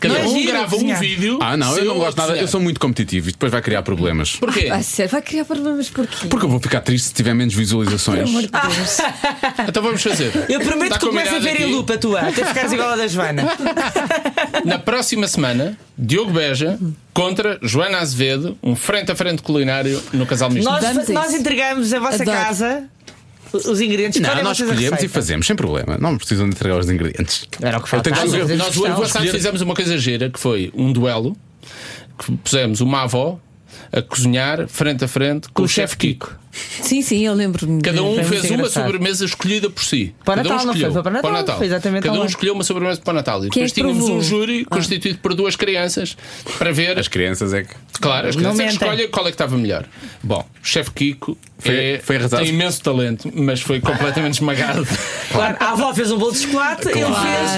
Cada
Não é
um
giro
grava um
cozinhar.
vídeo.
Ah, não, eu
seu
não gosto
a
nada.
cozinhar.
Eu sou muito competitivo e depois vai criar problemas.
Porquê?
Vai ser, vai criar problemas porquê?
Porque eu vou ficar triste se tiver menos visualizações.
Por amor de Deus.
Então vamos fazer.
Eu prometo
Está
que começo a
combinado
ver em
aqui.
lupa a tua, até ficares igual a da Joana.
Na próxima semana, Diogo Beja contra Joana Azevedo, um frente a frente culinário no casal misto.
Nós,
Vamos a
nós
isso.
entregamos a vossa
Adoro.
casa os ingredientes
Não,
Escolhem
nós
vocês a
escolhemos e
receita.
fazemos, sem problema. Não precisam de entregar os ingredientes.
Era o que
Eu tenho
faltava.
que-
Nós o ano passado fizemos uma coisa gira que foi um duelo que pusemos uma avó a cozinhar frente a frente com, o chefe Kiko.
Sim, sim, eu lembro-me.
Cada
de-
um
Foi muito
fez uma
engraçado.
sobremesa escolhida por si.
Para
Cada um
Natal, não
escolheu.
foi? Foi para Natal, foi exatamente
Cada
ao
um
lado.
escolheu uma sobremesa para Natal.
Quem
E
é
depois
que
tínhamos
provou?
um júri
Ah.
constituído por duas crianças para ver
As crianças é que.
Claro, as crianças é que
mentem.
escolhem qual é que estava melhor. Bom, o chefe Kiko
Foi-
é-
foi arrasado.
tem imenso talento, mas foi completamente
(laughs)
esmagado.
Claro, a avó fez um bolo de chocolate,
Claro.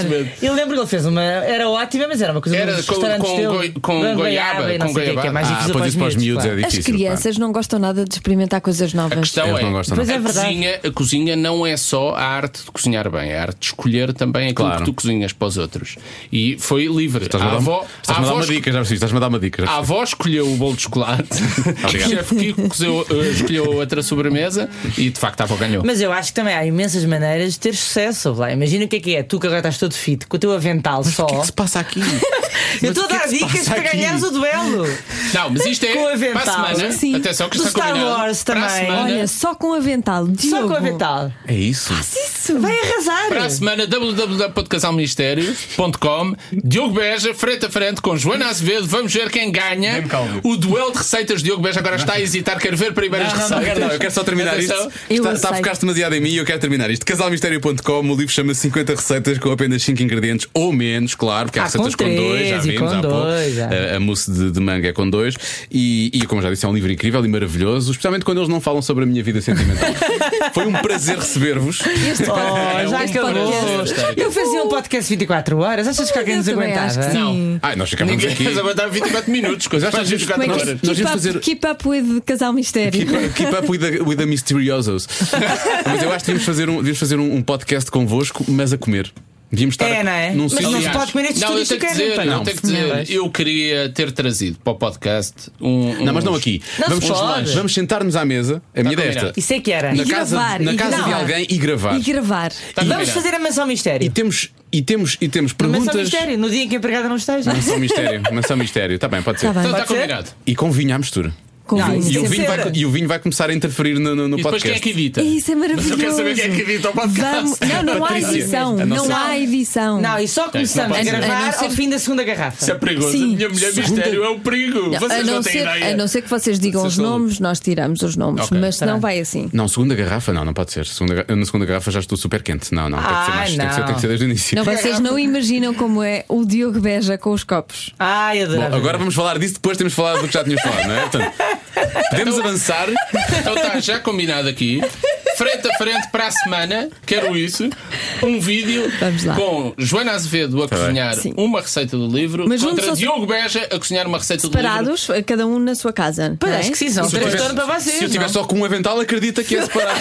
ele fez. Eu lembro que ele fez uma. Era ótima, mas era uma coisa
Era
dos
com-
restaurantes
com
dele,
goi- com
da
goiaba,
e não
com
sei o quê, que é
goiaba.
mais
Ah,
difícil
pois
para
isso para os miúdos é
claro.
As
difícil. pá.
crianças não gostam nada de experimentar coisas
A
novas.
questão
Eles não
é,
gostam,
Pois
não.
é
a,
verdade.
cozinha, a cozinha não é só a arte de cozinhar bem, é a arte de escolher também aquilo
Claro.
que tu cozinhas para os outros. E foi livre.
Estás-me a
a
dar-
avó, a
Estás-me a Ah. dar
avó
uma
esco-
dica, já percebi. Estás-me a dar uma dica. já
a
percebi.
avó escolheu o bolo de chocolate,
(laughs) Obrigado.
o chefe Kiko cozeu- eh, escolheu outra sobremesa e de facto a avó ganhou.
Mas eu acho que também há imensas maneiras de ter sucesso. Lá. Imagina o que é que é, tu que agora estás todo fit, com o teu avental só.
O que é que se passa aqui?
(laughs) eu estou a dar dicas para ganhares o duelo.
Não, mas isto
Com o
é para
avental.
a semana.
Sim.
Atenção que
Do
está
Star
combinado.
Wars
Para a
também.
semana-
Olha, só com avental. Diogo.
Só com o avental.
É isso.
Isso.
Vai arrasar.
Para a semana, www.casalministério.com Diogo Beja, frente a frente com Joana Azevedo. Vamos ver quem ganha.
Dê-me um calma.
O duelo de receitas de Diogo Beja agora está a hesitar. Quero ver primeiras
Ah, Não, não, não,
receitas.
quero não, eu quero só terminar
Atenção.
isto.
Eu
Está, está a
aceito.
focar-se demasiado em mim e eu quero terminar isto. Casalmistério.com, o livro chama-se 50 receitas com apenas 5 ingredientes ou menos, claro, porque há
Ah,
receitas
com
com 2,
três
já
e
vimos
com
há pouco.
dois, já.
A, a mousse de, de manga é com 2. E, e, como já disse, é um livro incrível e maravilhoso, especialmente quando eles não falam sobre a minha vida
(laughs)
sentimental. Foi um prazer receber-vos.
Este
Oh, (laughs) já
este
acabou.
É um podcast.
Eu fazia um podcast 24 horas, achas que alguém nos
Eu também acho
aguentava?
que sim.
Não.
Ai, nós ficamos
Ninguém
aqui.
quer aguentar 24 minutos. Coisa. Já estás a
Como
24
é que
horas.
é? Keep
íamos
up,
fazer-
keep up with Casal Mistério.
Keep, keep up with the, with the Mysteriosos. mas eu acho que devíamos fazer um, devíamos fazer um, um podcast convosco, mas a comer. Devíamos estar
É, não é?
num
Mas
sítio-
não se
Aliás,
pode comer é, estes
não, eu
turistas
tenho que
que querem,
dizer,
pá,
eu
não.
tenho que dizer,
Não vais.
eu queria ter trazido para o podcast um.
Não, mas não
uns-
aqui.
Não se
vamos
pode.
vamos sentar-nos à mesa. A minha ideia é esta.
combinado.
Isso é que era.
Na
E
casa,
gravar,
na
e
casa de
gravar.
alguém e gravar.
E gravar.
Está
Vamos
combinado.
fazer a mansão
E
mistério.
temos, e temos, e temos
Mansão
perguntas.
mistério, no dia em que a empregada não esteja.
Mansão mistério. Mansão mistério. Está bem, pode ser.
Tá bem. Ah,
Então está
Pode ser?
combinado.
E com vinho à mistura.
Com
Não,
vinho.
E o,
Sim,
vinho
sim.
vai, e o vinho vai começar a interferir no, no, no
E depois quem é
podcast.
que edita?
Isso é maravilhoso.
Mas eu quero saber quem é que edita o
Vamos...
podcast.
Não, não há
Patrícia.
edição.
A
Não
nossa-
há edição.
Não, e só começamos a
pode ser.
A não
gravar
ser-
ao fim da segunda
Isso é
garrafa.
perigoso.
Sim.
A minha mulher mistério é um perigo.
Não, a,
Vocês não
não
têm
ser,
ideia.
a não ser que vocês digam
Vocês
os
são
nomes, nós tiramos os nomes.
Ok,
mas não vai assim.
Não, segunda garrafa, não, não pode ser. Segunda, ga- eu na segunda garrafa já estou super quente. Não, não, tem que ser
Ah,
mais. Tem que ser,
não.
tem que ser desde o início.
Não, vocês não imaginam como é o Diogo Beja com os copos.
Ai,
Bom,
adorava.
agora vamos falar disso, depois temos falado do que já tínhamos falado, não é? Portanto, podemos avançar.
Então está já combinado aqui. Frente a frente para a semana, quero isso. Um vídeo
Vamos lá.
com Joana Azevedo
Tá
a cozinhar
Sim.
uma receita do livro
Mas
contra
juntos ou-
Diogo Beja a cozinhar uma receita do livro.
Separados, cada um na sua casa.
Pois,
não é?
acho que sim, são
Se eu
três
tivesse-
torno para vocês.
Se eu tiver
não? é?
só com um avental, acredita que é separado.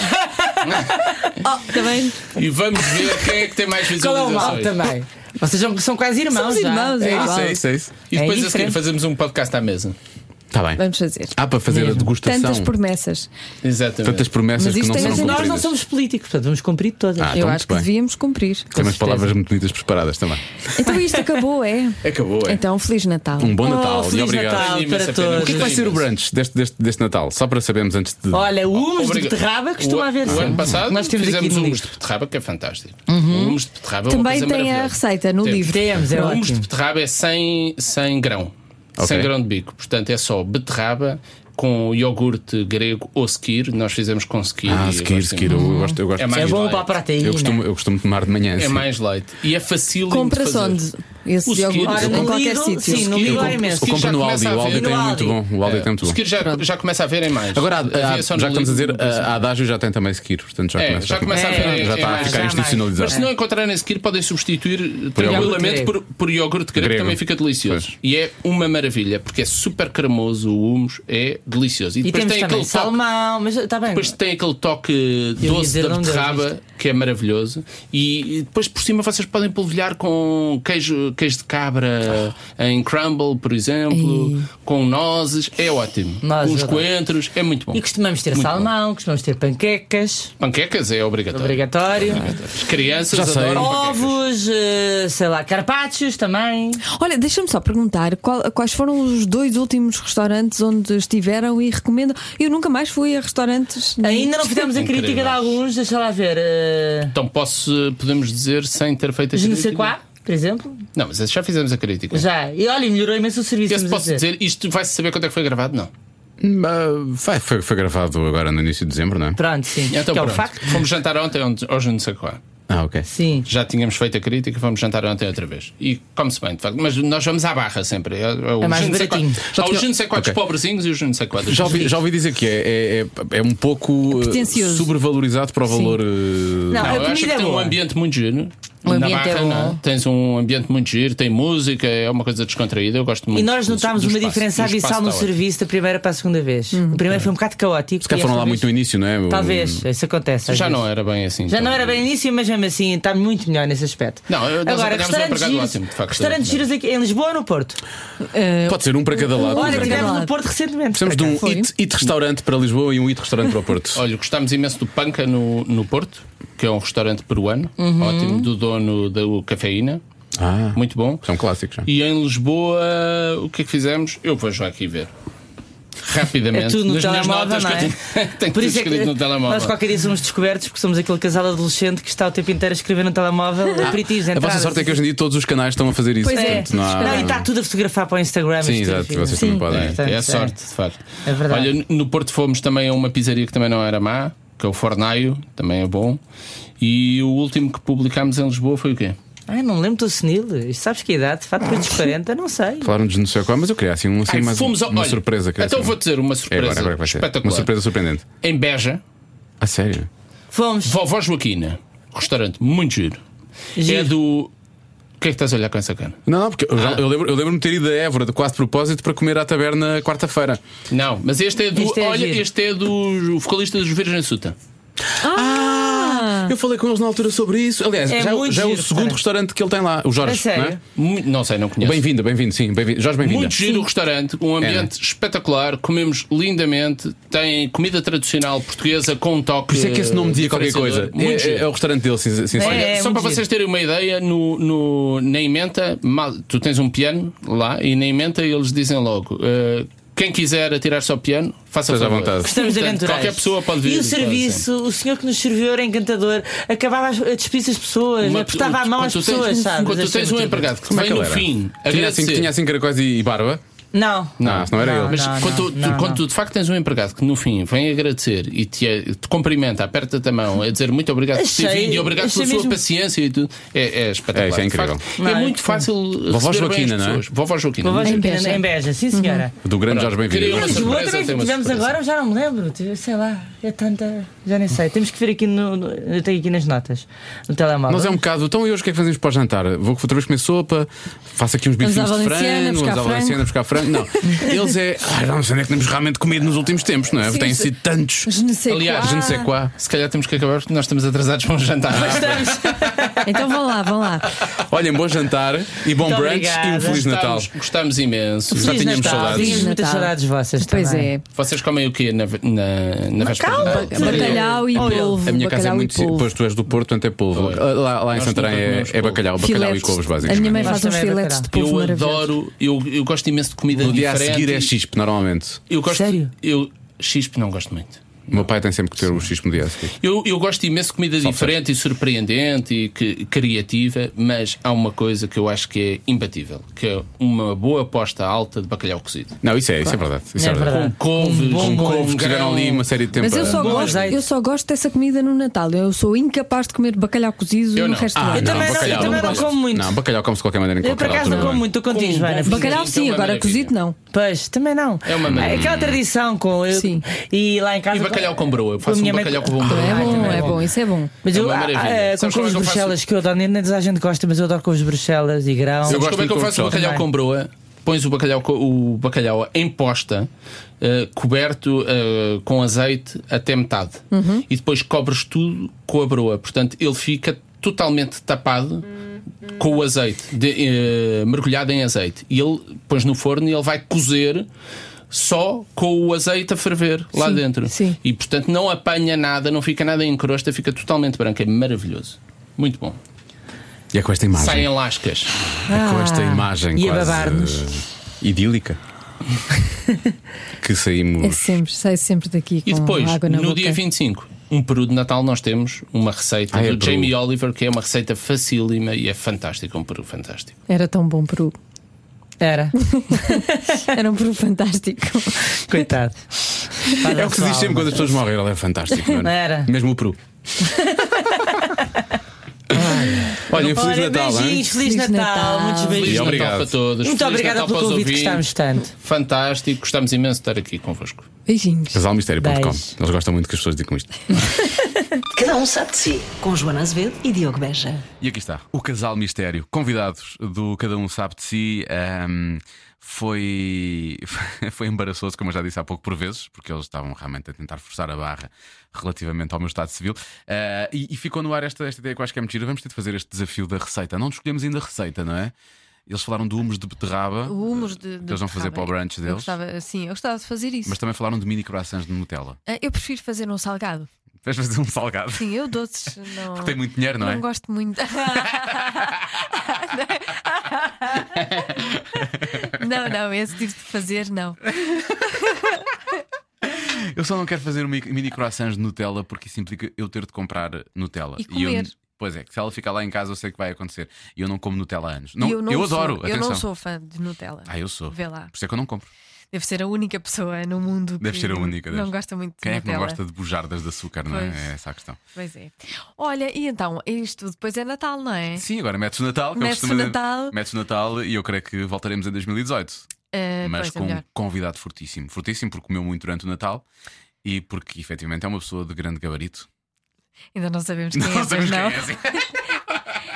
Oh, também.
E vamos ver quem é que tem mais
(laughs) Qual é o mal
visualizações.
também? Vocês são, são quase irmãos
Somos
já.
irmãos,
É
igual.
isso, é isso, é isso.
e depois a seguir
diferente.
fazemos um podcast à mesa.
Tá bem.
Vamos fazer.
Há para fazer a degustação.
Tantas promessas.
Exatamente.
Tantas promessas
Mas
que
isto
não
tem-
foram
mas
Nós
cumpridas.
não somos políticos, portanto vamos cumprir todas.
Ah,
Eu
então
acho
muito
que
bem.
devíamos cumprir. com
Tem umas
certeza.
palavras muito bonitas preparadas também.
Então isto acabou, é?
Acabou, é.
Então, Feliz Natal.
Um bom
Oh,
Natal e
Feliz
obrigado.
Natal
Tenho imensa
para
pena.
todos.
O que é que vai ser o brunch deste, deste, deste Natal? Só para sabermos antes de.
Olha, o humus de
Obrigado.
beterraba costuma
O-
haver
O ano
sempre.
passado
Nós temos
fizemos
aqui no
um humus
livro. Uhum.
de beterraba que é fantástico. O humus de beterraba é uma
Também
coisa
tem a
maravilhosa.
receita no
Temos.
livro.
Temos, é
o humus de
ótimo.
beterraba é sem, sem grão.
Ok.
Sem grão de bico. Portanto, é só beterraba com iogurte grego ou sequir. Nós fizemos com sequir.
Ah,
e
Skir,
gosto
Skir, eu
muito.
gosto, eu gosto
É
de
mais
É
Skir.
bom
light.
para a proteína.
eu, costumo, eu costumo tomar de manhã.
É
sim.
mais leite. E é fácil
Compras
de fazer.
onde? Esse
O
iogurte em
Skir- Ora, no
qualquer
Lidl,
sítio.
sim, no
Skir-
Lidl
o
é imenso.
Eu compro
já
no Aldi,
começa a
o Aldi
haver.
tem
No
muito
Aldi.
bom. O Aldi tem muito
O
bom.
sequir já, já começa a haverem mais.
Agora,
Havia
ah, já
só no
que estamos a dizer,
livro, por exemplo.
a Adágio já tem também Skir, portanto já
É,
começa,
já começa a haver-
já está a
é, é,
ficar
já
institucionalizado.
Mas se não encontrarem sequer, podem substituir
iogurte
tranquilamente
grego.
por, por iogurte grego,
Grego.
também fica delicioso.
Pois.
E é uma maravilha, porque é super cremoso, o humus é delicioso. E
E
depois
temos
tem
também
aquele toque.
salmão, mas está bem.
Depois tem aquele toque
ia
doce
dizer
da
não deu,
beterraba
viste?
que é maravilhoso. E e depois por cima vocês podem polvilhar com queijo, queijo de cabra em crumble, por exemplo, com nozes. É ótimo.
Nozes,
Uns
adoro.
coentros, é muito bom.
E costumamos ter
Muito
salmão, costumamos ter panquecas,
Panquecas é obrigatório.
obrigatório.
As crianças
Já sei.
adoram
Oh!
panquecas.
Ovos, eh, sei lá, carpaccios também.
Olha, deixa-me só perguntar qual- quais foram os dois últimos restaurantes onde estiveram e recomendam. Eu nunca mais fui a restaurantes.
Ainda não
(laughs)
fizemos a
Incrível.
crítica de alguns, deixa lá ver. eh,
Então posso, podemos dizer, sem ter feito a
Je ne
crítica?
sais quoi, por exemplo.
Não, mas esse já fizemos a crítica.
é Já. E olha, melhorou imenso o serviço.
Esse
vamos
É. posso dizer, isto vai-se saber quando é que foi gravado? Não.
Ah, vai, foi, foi gravado agora no início de dezembro, não é?
Pronto, sim.
Então
que é o
pronto.
facto.
Fomos jantar ontem, onde- hoje não sei qual.
Ah, ok.
Sim.
Já tínhamos feito a crítica, fomos jantar ontem outra vez. E come-se bem, de facto. Mas nós vamos à barra sempre. É, o
É mais
je ne sais quoi.
baratinho.
Há os je ne sais quoi dos
Ok.
pobrezinhos e os je ne sais quoi dos
Já ouvi,
ricos.
já ouvi dizer que é, é, é- é um pouco eh,
Pretencioso.
sobrevalorizado para o valor. eh,
Não,
Não,
a
eu acho que
comida é
tem um
boa.
ambiente muito giro.
O
Na
ambiente é
barra,
bom.
não Tens um ambiente muito giro, tem música, é uma coisa descontraída. Eu gosto muito
E nós
do-
notámos
do
uma
espaço.
diferença
O espaço
abissal no
está ótimo. Uhum.
serviço da primeira para a segunda vez. O primeiro foi um bocado caótico.
Se calhar
e
foram
esta
lá
vez-
muito no início, não é? O-
Talvez, isso acontece. às
Já
vezes.
não era bem assim.
Já
então.
não era bem início, mas mesmo assim está muito melhor nesse aspecto.
Não, eu- nós
Agora,
apanhámos um
restaurantes
empregado
giros,
ótimo, de facto. é?
restaurantes giros aqui em Lisboa ou no Porto?
Pode ser um para cada lado.
Olha,
cada
tivemos
lado.
no Porto recentemente.
Precisamos de
por
um
acaso.
it, it restaurante para Lisboa e um it restaurante para o Porto.
Olha, gostámos imenso do Panca no, no Porto, que é um restaurante peruano,
Uhum.
ótimo, do dono da Cafeína,
Ah,
muito bom.
são clássicos. é? já.
E em Lisboa, o que é que fizemos? Eu vou já aqui ver. Rapidamente.
É tudo no
nas minhas
telemóvel,
notas
não
que
é?
eu tenho- (laughs) tenho
Por
tudo
isso é
escrito
que
no telemóvel.
nós qualquer dia somos descobertos porque somos aquele casal adolescente que está o tempo inteiro a escrever no telemóvel
Ah,
aperitivos,
A vossa
entradas.
sorte é que hoje em dia todos os canais estão a fazer isso.
Pois é.
portanto, não há-
Não, e está tudo a fotografar para o Instagram.
Sim,
as
exato.
fotografias.
Vocês também podem.
É, é a
Portanto,
sorte, de facto.
É verdade.
Olha, no Porto fomos também a uma pizzaria que também não era má, que é o Fornaio, também é bom. E o último que publicámos em Lisboa foi o quê?
Ai, não me lembro do senil. Isto sabes que idade? De facto, depois dos 40, não sei.
Falaram-nos no seu qual, mas eu queria assim, um, assim
Ai,
mais
fomos ao-
uma
olha,
surpresa. queria,
Então
assim,
vou dizer uma
É
surpresa
agora, agora que vai ser.
espetacular.
Uma surpresa surpreendente.
Em Beja,
A sério?
Fomos.
Vovó Joaquina, restaurante muito giro.
Giro.
É do. O que é que estás a olhar com essa cara?
Não, não, porque eu, já- eu lembro- eu lembro-me de ter ido a Évora de quase de propósito para comer à taberna quarta-feira.
Não, mas este é do.
Este é
olha,
giro.
este é do o vocalista dos Virgem Suta.
Eu falei com eles na altura sobre isso. Aliás,
É
já, já
muito
é o
giro,
segundo
cara.
restaurante que ele tem lá, o
É
Jorge. não
sério.
é?
Muito- Não sei, não conheço.
Bem-vindo, bem-vindo, sim. Bem-vindo. Jorge, bem-vindo.
Muito giro o restaurante, um ambiente
É,
espetacular, comemos lindamente, tem comida tradicional portuguesa com um toque.
Por isso é que esse nome dizia qualquer
diferenciador.
coisa.
Muito
É, é-
giro.
é o restaurante dele, sin- sinceramente.
É,
Só
muito
para
giro.
vocês terem uma ideia, no, no- na emenda, mal- tu tens um piano lá e na emenda eles dizem logo: eh, quem quiser atirar-se ao piano, faça
Esteja à
favor.
vontade.
Estamos
Portanto,
aventureiros.
Qualquer pessoa pode vir.
E o
claro, sim.
serviço, o senhor que nos serviu era encantador, acabava as- a despir as pessoas,
Uma-
apertava a mão
quando
às
tu tens-
pessoas, sabe?
Quando tu
Achei
tens um
muito
empregado que
Como é
vem
que ele
no
era?
fim,
Tinha assim,
agradecer.
tinha assim caracóis e barba.
bem. Não.
Não, se não era ele.
Mas
Não,
quando,
Ah, não,
tu,
não,
tu- quando
não.
tu, de facto tens um empregado que no fim vem agradecer e te, te cumprimenta, aperta-te a mão, a dizer muito obrigado por ter
Achei-
vindo e obrigado
achei
pela sua
mesmo-
paciência e tudo, é, é espetacular.
É, isso é
de
incrível.
facto.
Não,
é
é
muito fácil.
Vovó
receber bem as
Joaquina, não é?
pessoas. Vovó Joaquina.
Vovó
Em
Joaquina,
Beja.
Em Beja, sim senhora.
Do grande
Pronto,
Jorge, bem-vindo.
queria
Agora
uma
Mas
sim.
o
surpresa,
outro
tem
também
uma
tivemos
surpresa.
agora, eu já não me lembro, tive- sei lá. É tanta. Já nem sei. Temos que ver aqui no. no- eu tenho aqui nas notas. No telemóvel.
Nós é um bocado. Então, e hoje o que é que fazemos para o jantar? Vou outra vez comer sopa, faço aqui uns
Vamos
bifinhos
à
de frango,
Valenciana, buscar
à Valenciana buscar frango. Não, eles é. Ai, não sei onde é que temos realmente comido nos últimos tempos, não é?
Sim,
Têm
sim.
sido tantos.
Je ne sais
Aliás,
quoi.
não sei quá. Se calhar temos que acabar porque nós estamos atrasados para um jantar.
Então vão lá, vão lá.
Olhem, bom jantar e bom
Muito
brunch e um
obrigada.
Feliz Natal.
Gostámos, gostámos imenso.
Já tínhamos
Natal.
saudades.
Tínhamos muitas
Natal.
saudades vossas
Pois
também.
é.
Vocês comem o quê na, na, na véspera? de Natal?
Bacalhau e polvo.
A minha casa é
bacalhau e
muito.
polvo.
Pois tu és do Porto, portanto é polvo.
Pois.
Lá, lá em
Nós
Santarém
nunca
é,
comemos
é bacalhau, bacalhau e
Filetes de-
couves,
A minha
basicamente.
mãe
Nós
faz uns
também é
filetes de polvo
Eu
maravilhosos.
adoro, eu, eu gosto imenso de comida
No dia a
diferente.
seguir é chispe, normalmente.
Eu gosto,
Sério?
Eu chispe não gosto muito.
O meu pai tem sempre que ter o chispe no dia a seguir.
Eu, eu gosto imenso de comida diferente e surpreendente e que- criativa, mas há uma coisa que eu acho que é imbatível, que é uma boa aposta alta de bacalhau cozido.
Não, isso é, isso é verdade. Isso é,
É
verdade.
verdade.
Com couves,
Com couves que
grão.
tiveram ali uma série de tempo.
Mas eu
a-
só,
Bom
gosto,
azeite.
eu só gosto dessa comida no Natal. Eu sou incapaz de comer bacalhau cozido
Eu
no
não.
resto do
Ah,
ano.
Eu também não-
bacalhau,
eu também não
gosto.
como muito.
Não, bacalhau come-se de qualquer maneira em
Eu por
qualquer
acaso
altura.
não como muito, estou contigo,
Com
Joana.
bom
Bacalhau
Então é
sim, agora
maravilha.
cozido não.
Pois, também não.
É uma maravilha.
Aquela tradição com eu.
Sim.
E lá em casa.
E bacalhau com broa. Eu
a
faço um
minha mãe-
bacalhau com broa.
É
Ah,
bom,
também
é
é
bom, isso é bom.
Mas
É
eu,
uma
ah,
maravilha.
ah, com
Sabes como é
couves
que eu
de
faço?
Bruxelas que eu adoro, nem nem toda a gente gosta, mas eu adoro couves de Bruxelas e grão.
Sabes
gosto
como é
de
que eu
couve
faço o
também.
bacalhau com broa? Pões o bacalhau, co- o bacalhau em posta, eh, coberto eh, com azeite até metade.
Uhum.
E depois cobres tudo com a broa. Portanto, ele fica totalmente tapado com o azeite, de- eh, mergulhado em azeite. E ele pões no forno e ele vai cozer. Só com o azeite a ferver lá
Sim,
dentro.
sim.
E portanto não apanha nada, não fica nada em crosta, fica totalmente branco. É maravilhoso. Muito bom.
E é com esta imagem.
Saem lascas.
É com esta imagem
Ah, E a
quase
babar-nos.
eh,
(laughs)
idílica que saímos.
É sempre, sai sempre daqui com
E depois,
água na
no
boca.
dia 25, um peru de Natal, nós temos uma receita
Ah, é
do
peru.
Jamie Oliver, que é uma receita facílima e é fantástica, um peru fantástico.
Era tão bom peru.
Era.
Era um peru fantástico.
Coitado.
É o que se diz sempre quando as pessoas morrem, ela é fantástico, não é?
(laughs) Não era?
Mesmo o Peru. Olha, Feliz
Olha,
Natal, hein?
beijinhos, Feliz
Feliz
Natal,
Natal.
muitos
Feliz
beijinhos.
E obrigado.
Natal para todos.
Muito
Feliz
obrigada
Natal
pelo
para os
convite que
ouvintes.
estamos tanto.
Fantástico, gostamos imenso de estar aqui convosco.
Beijinhos.
Casalmistério.com.
Beijo.
Eles gostam muito que as pessoas digam isto.
Cada um sabe de si. Com Joana Azevedo e Diogo Beja.
E aqui está, o Casal Mistério. Convidados do Cada Um Sabe de Si. ahm, foi, (laughs) foi embaraçoso, como eu já disse há pouco, por vezes, porque eles estavam realmente a tentar forçar a barra relativamente ao meu estado civil. Ah, e, e ficou no ar esta, esta ideia que eu acho que é mentira. Vamos ter de fazer este desafio da receita. Não escolhemos ainda a receita, não é? Eles falaram do humus de beterraba.
O humus de, de
eles vão fazer
beterraba.
para o brunch
Eu
deles.
gostava, sim, eu gostava de fazer isso.
Mas também falaram de mini croissants de Nutella.
Ah, Eu prefiro fazer um salgado.
Vais fazer um salgado. (laughs)
Sim, eu doces não.
Porque tem muito dinheiro, não é?
Não gosto
(laughs)
muito. não, não, esse tipo de fazer, não.
Eu só não quero fazer mi- mini croissants de Nutella porque isso implica eu ter de comprar Nutella.
E
eu-
comer.
pois é, que se ela ficar lá em casa eu sei que vai acontecer. E eu não como Nutella há anos. Não,
E eu não sou-
adoro,
Eu
atenção.
não sou fã de Nutella.
Ah, eu sou.
Vê lá.
Por isso é que eu não compro.
Deve ser a única pessoa no mundo que
Deve ser a única,
não
deve.
gosta muito
Quem
de
é que não
Nutella.
gosta de bujardas de açúcar, não é?
Pois.
É essa a questão.
Pois é. Olha, e então, isto depois é Natal, não é?
Sim, agora metes o Natal. que eu
Mete-se o
costumo dizer-
Natal.
Mete-se o Natal e eu creio que voltaremos em 2018.
Ah, pois,
mas
é
com um
melhor.
convidado fortíssimo. Fortíssimo porque comeu muito durante o Natal e porque efetivamente é uma pessoa de grande gabarito.
Ainda não sabemos quem é,
(laughs) não
pois
sabemos
não.
quem é. assim.
(laughs)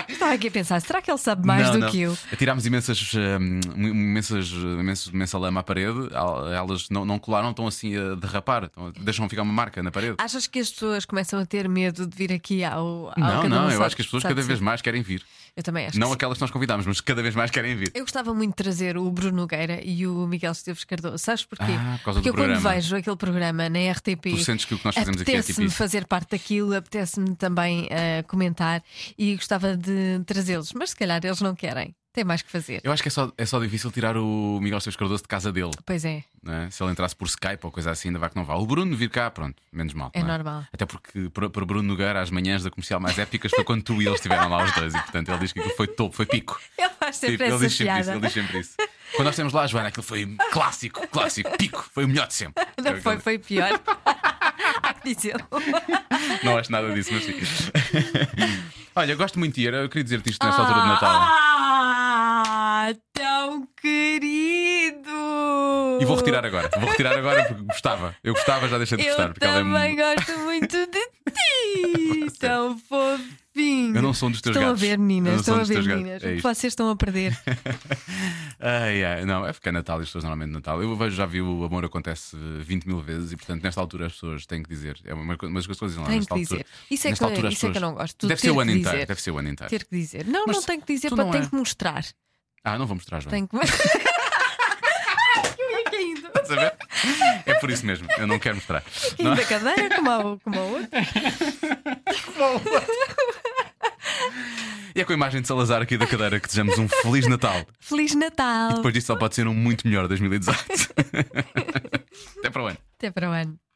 Estava aqui a pensar, será que ele sabe mais
Não,
do
não.
que eu?
Atirámos imensas, hum, imensas, imenso- imensa lama à parede, Al- elas não, não colaram, estão assim a derrapar, estão- deixam ficar uma marca na parede.
Achas que as pessoas começam a ter medo de vir aqui ao. ao
não,
Cada
não,
Um
eu
Sabe-
acho que as pessoas
Sabe
cada vez
Sim?
mais querem vir.
Eu também acho.
Não
que sim.
aquelas que nós convidámos, mas cada vez mais querem vir.
Eu gostava muito de trazer o Bruno Nogueira e o Miguel Esteves Cardoso. Sabes porquê?
Ah, por causa do
Porque eu
programa.
quando vejo aquele programa na RTP.
Tu sentes que o que nós fazemos aqui é
apetece-me
tipismo.
fazer parte daquilo, apetece-me também ah, comentar e gostava de trazê-los, mas se calhar eles não querem. Tem mais que fazer.
Eu acho que é só, é só difícil tirar o Miguel Esteves Cardoso de casa dele.
Pois é,
não é? Se ele entrasse por Skype ou coisa assim, ainda vai que não vá. O Bruno vir cá, pronto, menos mal.
é
não
normal.
Até porque para, para Bruno Nogueira, as manhãs da comercial mais épicas foi quando tu e eles estiveram lá os dois. E portanto ele diz que aquilo foi topo, foi pico.
Ele faz
Tipo,
sempre
ele
essa
diz sempre isso,
piada.
ele diz sempre isso. Quando nós temos lá a Joana, aquilo foi clássico, clássico, pico, foi o melhor de sempre.
(laughs) Não foi, foi pior. (laughs) Há que dizê-lo.
Não acho nada disso, mas sim.
(laughs)
Olha, eu gosto muito de ir, eu queria dizer-te isto nesta
Ah!
altura de Natal.
Ah, tão querido!
E vou retirar agora. Vou retirar agora porque gostava. Eu gostava, já deixei de
Eu
gostar. Porque ela é
também
muito.
gosto muito de
(laughs)
ti. Tão fofinho.
Eu não sou um dos teus
Estão
gatos.
a ver,
Eu
meninas.
não sou um
Estão a
dos
ver,
teus gatos.
meninas.
É
o que
isto.
vocês estão
(laughs)
a perder.
Ai, ai, não, é porque é Natal e as pessoas normalmente Natal. Eu vejo, já vi o amor acontece eh, 20 mil vezes e, portanto, nesta altura as pessoas têm que dizer. É uma coisa que as pessoas dizem lá
Tenho
nesta
que
altura.
dizer. Isso é
nesta
que-
altura as
isso é que eu
pessoas-
não gosto. Tu
Deve ser
ter
o
que
ano inteiro.
dizer.
Deve ser o ano inteiro.
Ter que dizer. Não,
Mas
não tenho que dizer,
tu
para
não
tenho
é.
que mostrar.
Ah, não vou mostrar, João.
Tenho
(laughs)
que. Ai, que eu ia caindo.
É por isso mesmo. Eu não quero mostrar.
Caindo
Não- é?
da cadeira, como a, como a outra.
E é com a imagem de Salazar aqui da cadeira que desejamos um Feliz Natal.
Feliz Natal.
Depois disso só pode ser um muito melhor 2018. (laughs) Até para o ano.
Até para o ano.